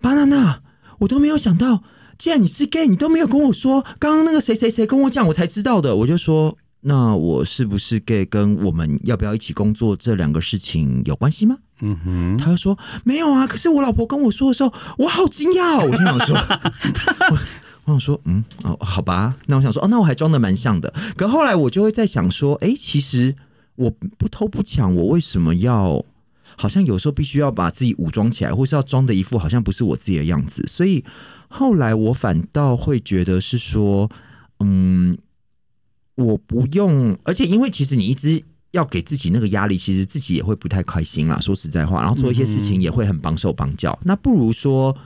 [SPEAKER 2] 巴娜娜，我都没有想到，既然你是 gay，你都没有跟我说。刚刚那个谁谁谁跟我讲，我才知道的。”我就说。那我是不是 gay 跟我们要不要一起工作这两个事情有关系吗？
[SPEAKER 1] 嗯哼，
[SPEAKER 2] 他就说没有啊，可是我老婆跟我说的时候，我好惊讶、 哦，我就想说。我我想说，嗯，哦，好吧，那我想说，哦，那我还装的蛮像的。可后来我就会在想说，诶，其实我不偷不抢，我为什么要好像有时候必须要把自己武装起来，或是要装的一副好像不是我自己的样子。所以后来我反倒会觉得是说，嗯，我不用，而且因为其实你一直。要给自己那个压力，其实自己也会不太开心啦。说实在话，然后做一些事情也会很绑手绑脚。那不如说，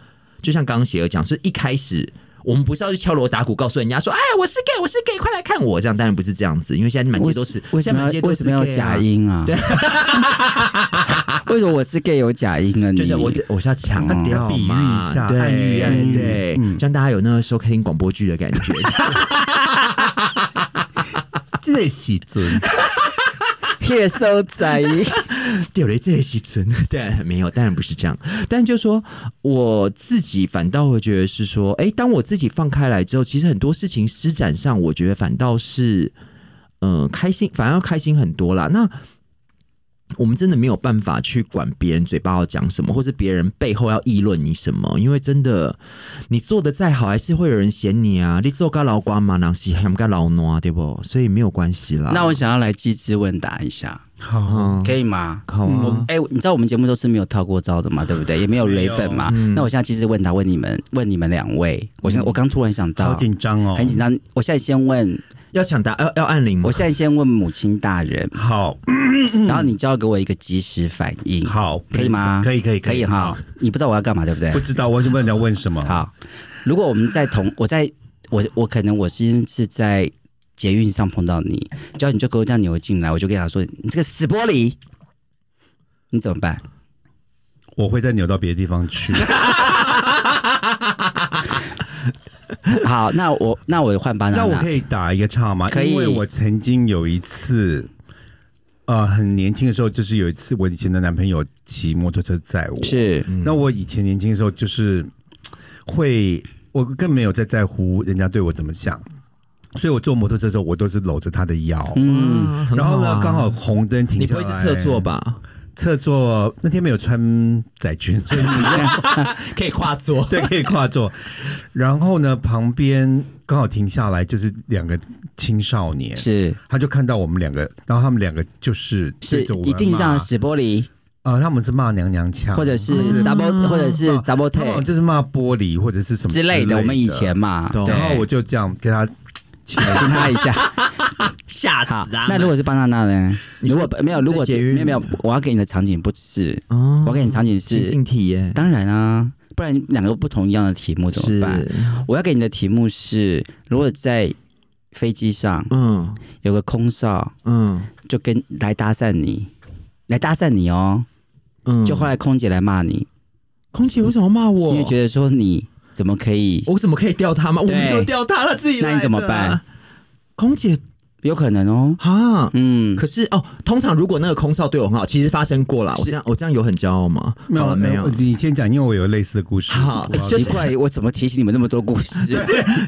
[SPEAKER 2] 就像刚刚雪儿讲，是一开始我们不是要去敲锣打鼓，告诉人家说：“哎，我是 gay，我是 gay，快来看我。”这样当然不是这样子，因为现在满街都是，
[SPEAKER 3] 为
[SPEAKER 2] 现在
[SPEAKER 3] 什么
[SPEAKER 2] 满街
[SPEAKER 3] 要
[SPEAKER 2] 都
[SPEAKER 3] 为
[SPEAKER 2] 是
[SPEAKER 3] 什么要
[SPEAKER 2] gay 啊
[SPEAKER 3] 假音啊？ 为什么我是 gay 有假音啊？你嗯
[SPEAKER 2] 就是 我我是要强调
[SPEAKER 1] 比喻
[SPEAKER 2] 嘛
[SPEAKER 1] 一下
[SPEAKER 2] 对
[SPEAKER 1] 暗喻
[SPEAKER 3] 暗喻
[SPEAKER 2] 对，
[SPEAKER 1] 嗯
[SPEAKER 2] 让大家有那个收听广播剧的感觉。
[SPEAKER 1] 这个时阵，
[SPEAKER 3] 越收窄，
[SPEAKER 2] 掉了这个西村，对，没 有，当然不是这样。但就说我自己反倒会觉得是说，哎，当我自己放开来之后，其实很多事情施展上，我觉得反倒是，嗯、开心，反而要开心很多啦。那我们真的没有办法去管别人嘴巴要讲什么，或是别人背后要议论你什么，因为真的你做的再好，还是会有人嫌你啊。你做个老瓜嘛，人是喊个老奴啊，对不？所以没有关系啦。
[SPEAKER 3] 那我想要来机智问答一下，
[SPEAKER 1] 好，
[SPEAKER 2] 嗯，
[SPEAKER 3] 可以吗？
[SPEAKER 2] 好
[SPEAKER 3] 我
[SPEAKER 2] 啊，嗯
[SPEAKER 3] 哎、你知道我们节目都是没有套过招的嘛，对不对？也没有雷本嘛。那我现在其实问他，问你们，问你们两
[SPEAKER 2] 嗯
[SPEAKER 3] 位，我现在我刚突然想
[SPEAKER 1] 好
[SPEAKER 3] 到，
[SPEAKER 1] 紧张哦，
[SPEAKER 3] 很紧张。我现在先问，
[SPEAKER 2] 要抢答，要要按铃吗
[SPEAKER 3] 我？现在先问母亲大人，
[SPEAKER 1] 好
[SPEAKER 2] 嗯
[SPEAKER 3] 然后你就要给我一个及时反应，
[SPEAKER 1] 好，
[SPEAKER 3] 可以吗？
[SPEAKER 1] 可以可以
[SPEAKER 3] 可以哈
[SPEAKER 1] 好。
[SPEAKER 3] 你不知道我要干嘛，对不对
[SPEAKER 1] 不？知道我就问你要问什么，
[SPEAKER 3] 好，如果我们在同我在我我可能我先是在捷运上碰到你，叫你就给我这样扭进来，我就跟他说你这个死玻璃，你怎么办？
[SPEAKER 1] 我会再扭到别的地方去。
[SPEAKER 3] 好，那我那我换巴拿
[SPEAKER 1] 那我
[SPEAKER 3] 那
[SPEAKER 1] 可以打一个岔吗？
[SPEAKER 3] 可以
[SPEAKER 1] 因为我曾经有一次，呃，很年轻的时候，就是有一次我以前的男朋友骑摩托车载我，
[SPEAKER 3] 是
[SPEAKER 1] 那我以前年轻的时候就是会，我更没有在在乎人家对我怎么想，所以我坐摩托车的时候，我都是搂着他的腰。
[SPEAKER 3] 嗯，
[SPEAKER 1] 然后呢，刚
[SPEAKER 2] 好
[SPEAKER 1] 好红灯停
[SPEAKER 2] 你
[SPEAKER 1] 下
[SPEAKER 2] 不
[SPEAKER 1] 来，
[SPEAKER 2] 会是侧坐？吧？
[SPEAKER 1] 侧坐那天没有穿窄裙， 所以
[SPEAKER 2] 可以跨坐
[SPEAKER 1] 对，可以跨坐。然后呢，旁边刚好停下来就是两个青少年，
[SPEAKER 3] 是
[SPEAKER 1] 他就看到我们两个，然后他们两个就是
[SPEAKER 3] 是
[SPEAKER 1] 对着我们
[SPEAKER 3] 一定
[SPEAKER 1] 骂
[SPEAKER 3] 像死玻璃，
[SPEAKER 1] 啊，他们是骂娘娘腔，
[SPEAKER 3] 或者是
[SPEAKER 2] 嗯
[SPEAKER 3] 杂波，或者是杂波
[SPEAKER 1] 他们
[SPEAKER 3] 腿
[SPEAKER 1] 就是骂玻璃或者是什么
[SPEAKER 3] 之类的。我们以前嘛，
[SPEAKER 2] 懂
[SPEAKER 3] 对
[SPEAKER 1] 哦然后我就这样跟他亲，
[SPEAKER 3] 亲他一 下。
[SPEAKER 2] 吓死
[SPEAKER 3] 好
[SPEAKER 2] 啊！，
[SPEAKER 3] 那如果是巴娜娜呢？
[SPEAKER 2] 你
[SPEAKER 3] 如
[SPEAKER 2] 说
[SPEAKER 3] 果没有，如果
[SPEAKER 2] 在
[SPEAKER 3] 是
[SPEAKER 2] 捷运
[SPEAKER 3] 没有没有，我要给你的场景不是，
[SPEAKER 2] 哦
[SPEAKER 3] 我要给你的场景
[SPEAKER 2] 情
[SPEAKER 3] 是，
[SPEAKER 2] 境体验
[SPEAKER 3] 当然啊，不然两个不同一样的题目怎么
[SPEAKER 2] 是
[SPEAKER 3] 办？我要给你的题目是，如果在飞机上
[SPEAKER 2] 嗯
[SPEAKER 3] 有个空少
[SPEAKER 2] 嗯
[SPEAKER 3] 就跟来搭讪你，来搭讪你哦，
[SPEAKER 2] 嗯，
[SPEAKER 3] 就后来空姐来骂你，
[SPEAKER 2] 空姐为什么要骂我？
[SPEAKER 3] 因为觉得说你怎么可以，
[SPEAKER 2] 我怎么可以吊他吗？我
[SPEAKER 3] 对
[SPEAKER 2] 没有吊他，他自己来的
[SPEAKER 3] 那你怎么办？
[SPEAKER 2] 空姐
[SPEAKER 3] 有可能哦，
[SPEAKER 2] 啊。
[SPEAKER 3] 嗯，
[SPEAKER 2] 可是哦，通常如果那个空少对我很好，其实发生过啦。我这样我这样有很骄傲吗？
[SPEAKER 1] 没
[SPEAKER 2] 好了
[SPEAKER 1] 有
[SPEAKER 2] 没有，
[SPEAKER 1] 你先讲，因为我有类似的故事。
[SPEAKER 2] 好
[SPEAKER 1] 我要
[SPEAKER 3] 奇怪，我怎么提醒你们那么多 故事？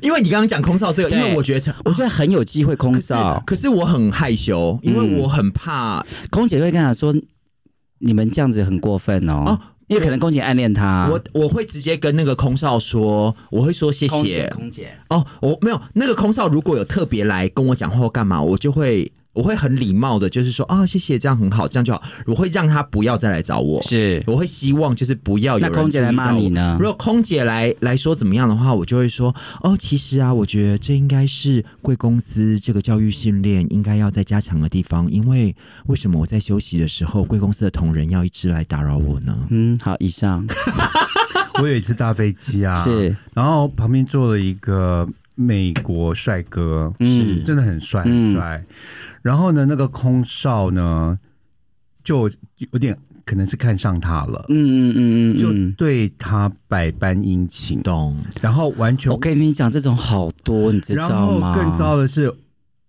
[SPEAKER 2] 因为你刚刚讲空少这个，因
[SPEAKER 3] 对
[SPEAKER 2] 为我觉得
[SPEAKER 3] 我觉得很有机会空
[SPEAKER 2] 可是
[SPEAKER 3] 少，嗯
[SPEAKER 2] 可是我很害羞，因为我很怕
[SPEAKER 3] 空姐会跟他说：“你们这样子很过分哦。
[SPEAKER 2] 哦
[SPEAKER 3] 因为可能空姐暗恋他。
[SPEAKER 2] 我我会直接跟那个空少说，我会说谢
[SPEAKER 3] 空
[SPEAKER 2] 谢
[SPEAKER 3] 姐，空姐，
[SPEAKER 2] 哦，我没有那个空少，如果有特别来跟我讲话或干嘛，我就会我会很礼貌的，就是说啊、谢谢，这样很好，这样就好。我会让他不要再来找我，
[SPEAKER 3] 是
[SPEAKER 2] 我会希望就是不要有
[SPEAKER 3] 那
[SPEAKER 2] 人
[SPEAKER 3] 空姐来
[SPEAKER 2] 注意到
[SPEAKER 3] 骂你呢
[SPEAKER 2] 我如果空姐来来说怎么样的话，我就会说哦，其实啊，我觉得这应该是贵公司这个教育训练应该要再加强的地方，因为为什么我在休息的时候，贵公司的同仁要一直来打扰我呢？
[SPEAKER 3] 嗯，好，以上
[SPEAKER 1] 我有一次搭飞机啊，，
[SPEAKER 3] 是
[SPEAKER 1] 然后旁边坐了一个美国帅哥，
[SPEAKER 3] 嗯
[SPEAKER 1] 嗯，真的很帅，很帅。然后呢，那个空少呢，就有点可能是看上他了，
[SPEAKER 3] 嗯嗯嗯嗯
[SPEAKER 1] 就
[SPEAKER 3] 嗯。
[SPEAKER 1] 对他百般殷勤，
[SPEAKER 2] 懂？
[SPEAKER 1] 然后完全
[SPEAKER 3] 我，跟你讲，这种好多，你知
[SPEAKER 1] 然
[SPEAKER 3] 道
[SPEAKER 1] 后
[SPEAKER 3] 吗？
[SPEAKER 1] 更糟的是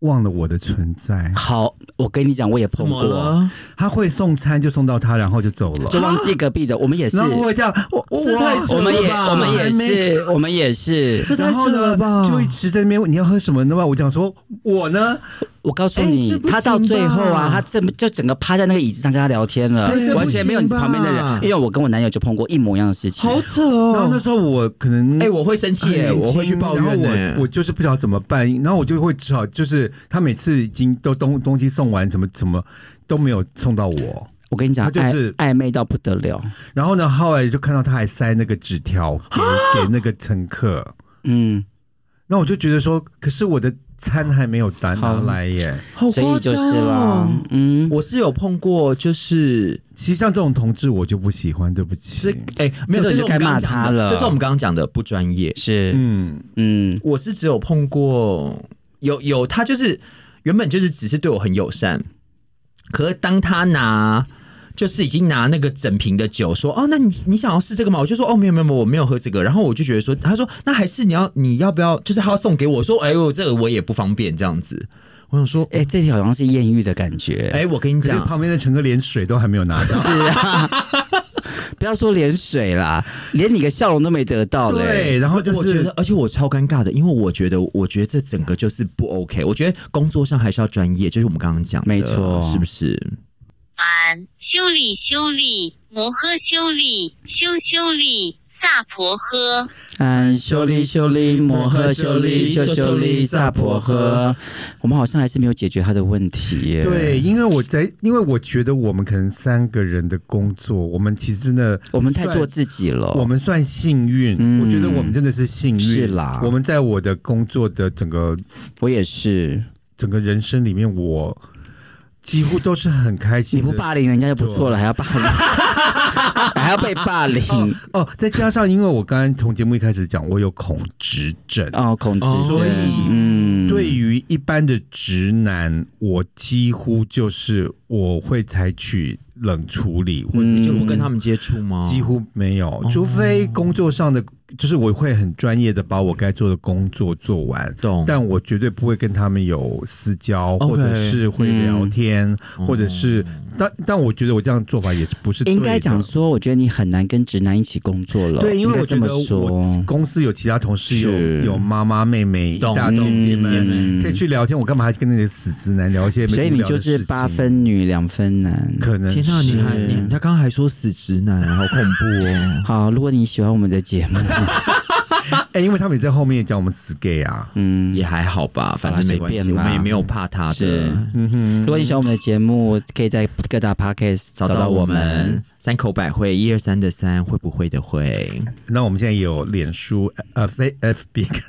[SPEAKER 1] 忘了我的存在，
[SPEAKER 3] 好，我跟你讲，我也
[SPEAKER 2] 怎
[SPEAKER 3] 碰
[SPEAKER 2] 么
[SPEAKER 3] 过，
[SPEAKER 2] 了？
[SPEAKER 1] 他会送餐就送到他，然后就走了
[SPEAKER 3] 就。忘记隔壁的，我们也是，
[SPEAKER 1] 然后我会这样，我我
[SPEAKER 2] 这太
[SPEAKER 3] 我们
[SPEAKER 2] 扯
[SPEAKER 3] 也，
[SPEAKER 2] 了吧
[SPEAKER 3] 我们也
[SPEAKER 2] 还没
[SPEAKER 3] 是，我们也是。
[SPEAKER 2] 这太
[SPEAKER 1] 然后
[SPEAKER 2] 扯
[SPEAKER 1] 呢
[SPEAKER 2] 了吧！
[SPEAKER 1] 就一直在那边问你要喝什么的话，我讲说我呢，
[SPEAKER 3] 我告诉
[SPEAKER 2] 哎
[SPEAKER 3] 你
[SPEAKER 2] 这，不
[SPEAKER 3] 他到
[SPEAKER 2] 行
[SPEAKER 3] 最后
[SPEAKER 2] 吧
[SPEAKER 3] 啊，他这就整个趴在那个椅子上跟他聊天了
[SPEAKER 2] 对这，
[SPEAKER 3] 完
[SPEAKER 2] 不
[SPEAKER 3] 全没有你
[SPEAKER 2] 行
[SPEAKER 3] 旁边的人
[SPEAKER 2] 吧。
[SPEAKER 3] 因为我跟我男友就碰过一模一样的 事情，
[SPEAKER 2] 好扯
[SPEAKER 1] 然后
[SPEAKER 2] 哦
[SPEAKER 1] 那！时候我可能
[SPEAKER 2] 哎、我会生气耶，
[SPEAKER 1] 很年轻
[SPEAKER 2] 我会去抱怨哎
[SPEAKER 1] 然
[SPEAKER 2] 耶
[SPEAKER 1] 后我我就是不知道怎么办，然后我就会只好就是他每次已经都东东西送完，什么什么都没有送到我，
[SPEAKER 3] 我跟你讲，
[SPEAKER 1] 他就是
[SPEAKER 3] 暧暧昧到不得了。
[SPEAKER 1] 然后呢，后来就看到他还塞那个纸条给给那个乘客，
[SPEAKER 3] 嗯，
[SPEAKER 1] 那我就觉得说，可是我的餐还没有拿拿
[SPEAKER 3] 好
[SPEAKER 1] 来耶。
[SPEAKER 2] 好
[SPEAKER 3] 所
[SPEAKER 1] 哦
[SPEAKER 3] 以就是啦，
[SPEAKER 2] 哦
[SPEAKER 3] 嗯，
[SPEAKER 2] 我是有碰过，就是
[SPEAKER 1] 其实像这种同志我就不喜欢，对不
[SPEAKER 2] 是
[SPEAKER 1] 起。
[SPEAKER 2] 哎、没有，
[SPEAKER 3] 这
[SPEAKER 2] 这是
[SPEAKER 3] 个你就
[SPEAKER 2] 我们
[SPEAKER 3] 该
[SPEAKER 2] 刚
[SPEAKER 3] 骂
[SPEAKER 2] 刚
[SPEAKER 3] 他
[SPEAKER 2] 讲的，
[SPEAKER 3] 了
[SPEAKER 2] 这是我们刚刚讲的不专业。
[SPEAKER 3] 是，
[SPEAKER 1] 嗯，
[SPEAKER 3] 嗯
[SPEAKER 2] 我是只有碰过有有，他就是原本就是只是对我很友善，可是当他拿。就是已经拿那个整瓶的酒说哦，那你你想要试这个吗？我就说哦，没有没有，没有我没有喝这个。然后我就觉得说，他说那还是你要你要不要？就是他要送给我说，哎呦，这个我也不方便这样子。我想说，
[SPEAKER 3] 哎、这题好像是艳遇的感觉。
[SPEAKER 2] 哎，我跟你
[SPEAKER 1] 可是
[SPEAKER 2] 讲，
[SPEAKER 1] 旁边的乘客连水都还没有拿到，
[SPEAKER 3] 是啊，不要说连水 啦，连你个笑容都没得到嘞。
[SPEAKER 1] 对，然后就是
[SPEAKER 2] 我觉得，而且我超尴尬的，因为我觉得，我觉得这整个就是不 OK。我觉得工作上还是要专业，就是我们刚刚讲的，
[SPEAKER 3] 没错
[SPEAKER 2] 是不是？
[SPEAKER 4] 俺修理修理摩诃修理修修理萨婆诃。
[SPEAKER 3] 嗯，修利修利，摩诃修利，修修利，萨婆诃。我们好像还是没有解决他的问题耶。
[SPEAKER 1] 对，，因为我在，因为我觉得我们可能三个人的工作，我们其实真的，
[SPEAKER 3] 我们太做自己了。
[SPEAKER 1] 我们算幸运，
[SPEAKER 3] 嗯
[SPEAKER 1] 我觉得我们真哦的是幸运
[SPEAKER 3] 是啦
[SPEAKER 1] 我们在我的工作的整个
[SPEAKER 3] 我也是，
[SPEAKER 1] 整个人生里面，我几乎都是很开
[SPEAKER 3] 你
[SPEAKER 1] 心
[SPEAKER 3] 不
[SPEAKER 1] 的。
[SPEAKER 3] 霸凌人家就不错了，还要霸凌， 还要被霸凌
[SPEAKER 1] 哦，再加上因为我刚刚从节目一开始讲，我有恐直症，
[SPEAKER 3] 哦，恐
[SPEAKER 2] 哦
[SPEAKER 3] 直
[SPEAKER 1] 所以
[SPEAKER 3] 症。嗯，
[SPEAKER 1] 对于一般的直男，我几乎就是我会采取冷处理，或者
[SPEAKER 3] 嗯哦
[SPEAKER 2] 你
[SPEAKER 1] 是
[SPEAKER 2] 就不跟他们接触吗？
[SPEAKER 1] 几乎没有，除非工作上的，就是我会很专业的把我该做的工作做完，
[SPEAKER 3] 哦
[SPEAKER 2] 懂，
[SPEAKER 1] 但我绝对不会跟他们有私交，
[SPEAKER 2] OK
[SPEAKER 1] 或者是会聊
[SPEAKER 3] 嗯
[SPEAKER 1] 天，或者是，但但我觉得我这样做法也是不是对的
[SPEAKER 3] 哦应该讲。说，我觉得你很难跟直男一起工作了。
[SPEAKER 1] 对，因
[SPEAKER 3] 应
[SPEAKER 1] 为
[SPEAKER 3] 该
[SPEAKER 1] 我
[SPEAKER 3] 这
[SPEAKER 1] 觉
[SPEAKER 3] 么
[SPEAKER 1] 得
[SPEAKER 3] 说。嗯
[SPEAKER 1] 我公司有其他同事
[SPEAKER 3] 是
[SPEAKER 1] 有有妈妈、妹妹、
[SPEAKER 2] 懂
[SPEAKER 1] 大
[SPEAKER 2] 懂
[SPEAKER 1] 姐姐们，
[SPEAKER 3] 嗯
[SPEAKER 1] 可以去聊天。我干嘛还跟那些死直男聊一些？
[SPEAKER 3] 所以你就是八，分女两分男。！
[SPEAKER 1] 可能啊
[SPEAKER 2] 天上
[SPEAKER 1] 是
[SPEAKER 2] 你还你他刚刚还说死直男，好恐怖哦
[SPEAKER 3] 好，如果你喜欢我们的节目，
[SPEAKER 1] 哎，因为他们也在后面也讲我们死 gay 啊，
[SPEAKER 3] 嗯，
[SPEAKER 2] 也还好吧，反正没关
[SPEAKER 3] 随
[SPEAKER 2] 系，
[SPEAKER 3] 便
[SPEAKER 2] 我
[SPEAKER 3] 吧
[SPEAKER 2] 们也没有怕他
[SPEAKER 3] 是
[SPEAKER 2] 的。
[SPEAKER 1] 嗯哼
[SPEAKER 3] 如，果你喜欢我们的节目，可以在各大 podcast
[SPEAKER 2] 找
[SPEAKER 3] 找
[SPEAKER 2] 到
[SPEAKER 3] 到
[SPEAKER 2] 我
[SPEAKER 3] 我们
[SPEAKER 2] 们。三口百会，一二三的三，会不会的会，
[SPEAKER 1] 那我们现在也有脸书、呃 F F B 跟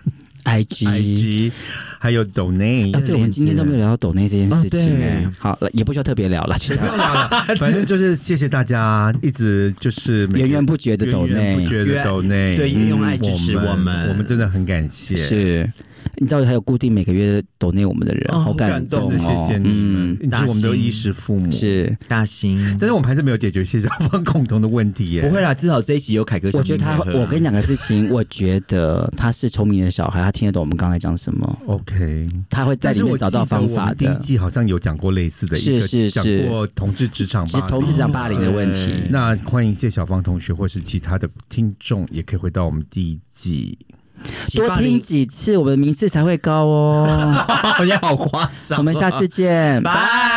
[SPEAKER 3] IG。
[SPEAKER 1] IG，还有 Donate，、
[SPEAKER 3] 啊，对，我们今天都没有聊到抖内这件事
[SPEAKER 1] 啊
[SPEAKER 3] 情
[SPEAKER 2] 哦
[SPEAKER 3] 哎
[SPEAKER 2] 对。
[SPEAKER 3] 好了，也不需要特 别聊了，啊就这样
[SPEAKER 1] 反正就是谢谢大家，一直就是每个
[SPEAKER 3] 源源不绝的抖
[SPEAKER 1] 源源
[SPEAKER 3] 内
[SPEAKER 1] 不。绝的抖内，
[SPEAKER 2] 对，
[SPEAKER 1] 嗯
[SPEAKER 2] 用爱支持
[SPEAKER 1] 我
[SPEAKER 2] 我们，
[SPEAKER 1] 我们真的很感谢，
[SPEAKER 3] 是，你知道还有固定每个月抖内我们的人，
[SPEAKER 2] 哦
[SPEAKER 3] 好
[SPEAKER 2] 好感
[SPEAKER 1] 真
[SPEAKER 3] 动
[SPEAKER 1] 的谢
[SPEAKER 3] 哦。
[SPEAKER 1] 谢你们，
[SPEAKER 3] 嗯，
[SPEAKER 1] 你是我们
[SPEAKER 2] 大
[SPEAKER 1] 的
[SPEAKER 2] 兴
[SPEAKER 1] 衣食父母，
[SPEAKER 3] 是，
[SPEAKER 2] 大兴
[SPEAKER 1] 但是我们还是没有解决谢小 芳共同的问题耶，
[SPEAKER 2] 不会啦，至少这一集有凯哥。
[SPEAKER 3] 我觉得他，我跟
[SPEAKER 2] 你
[SPEAKER 3] 你讲个事情，我觉得他是聪明的小孩，他听得懂我们刚才讲什么，
[SPEAKER 1] ，OK。
[SPEAKER 3] 他会在里面找到方
[SPEAKER 1] 但
[SPEAKER 3] 法
[SPEAKER 1] 是我记得我们
[SPEAKER 3] 的
[SPEAKER 1] 第一。季好像有讲过类似的一个，
[SPEAKER 3] 是是
[SPEAKER 1] 讲
[SPEAKER 3] 是
[SPEAKER 1] 过同志职场
[SPEAKER 3] 是
[SPEAKER 1] 霸凌，
[SPEAKER 3] 同志职场霸凌的问
[SPEAKER 2] 哦
[SPEAKER 3] 题。
[SPEAKER 1] 那欢迎谢小芳同学或是其他的听众，也可以回到我们第一季。
[SPEAKER 3] 多听几次，我们名次才会高哦。
[SPEAKER 2] 好像好夸张哦。
[SPEAKER 3] 我们下次见，
[SPEAKER 2] 拜。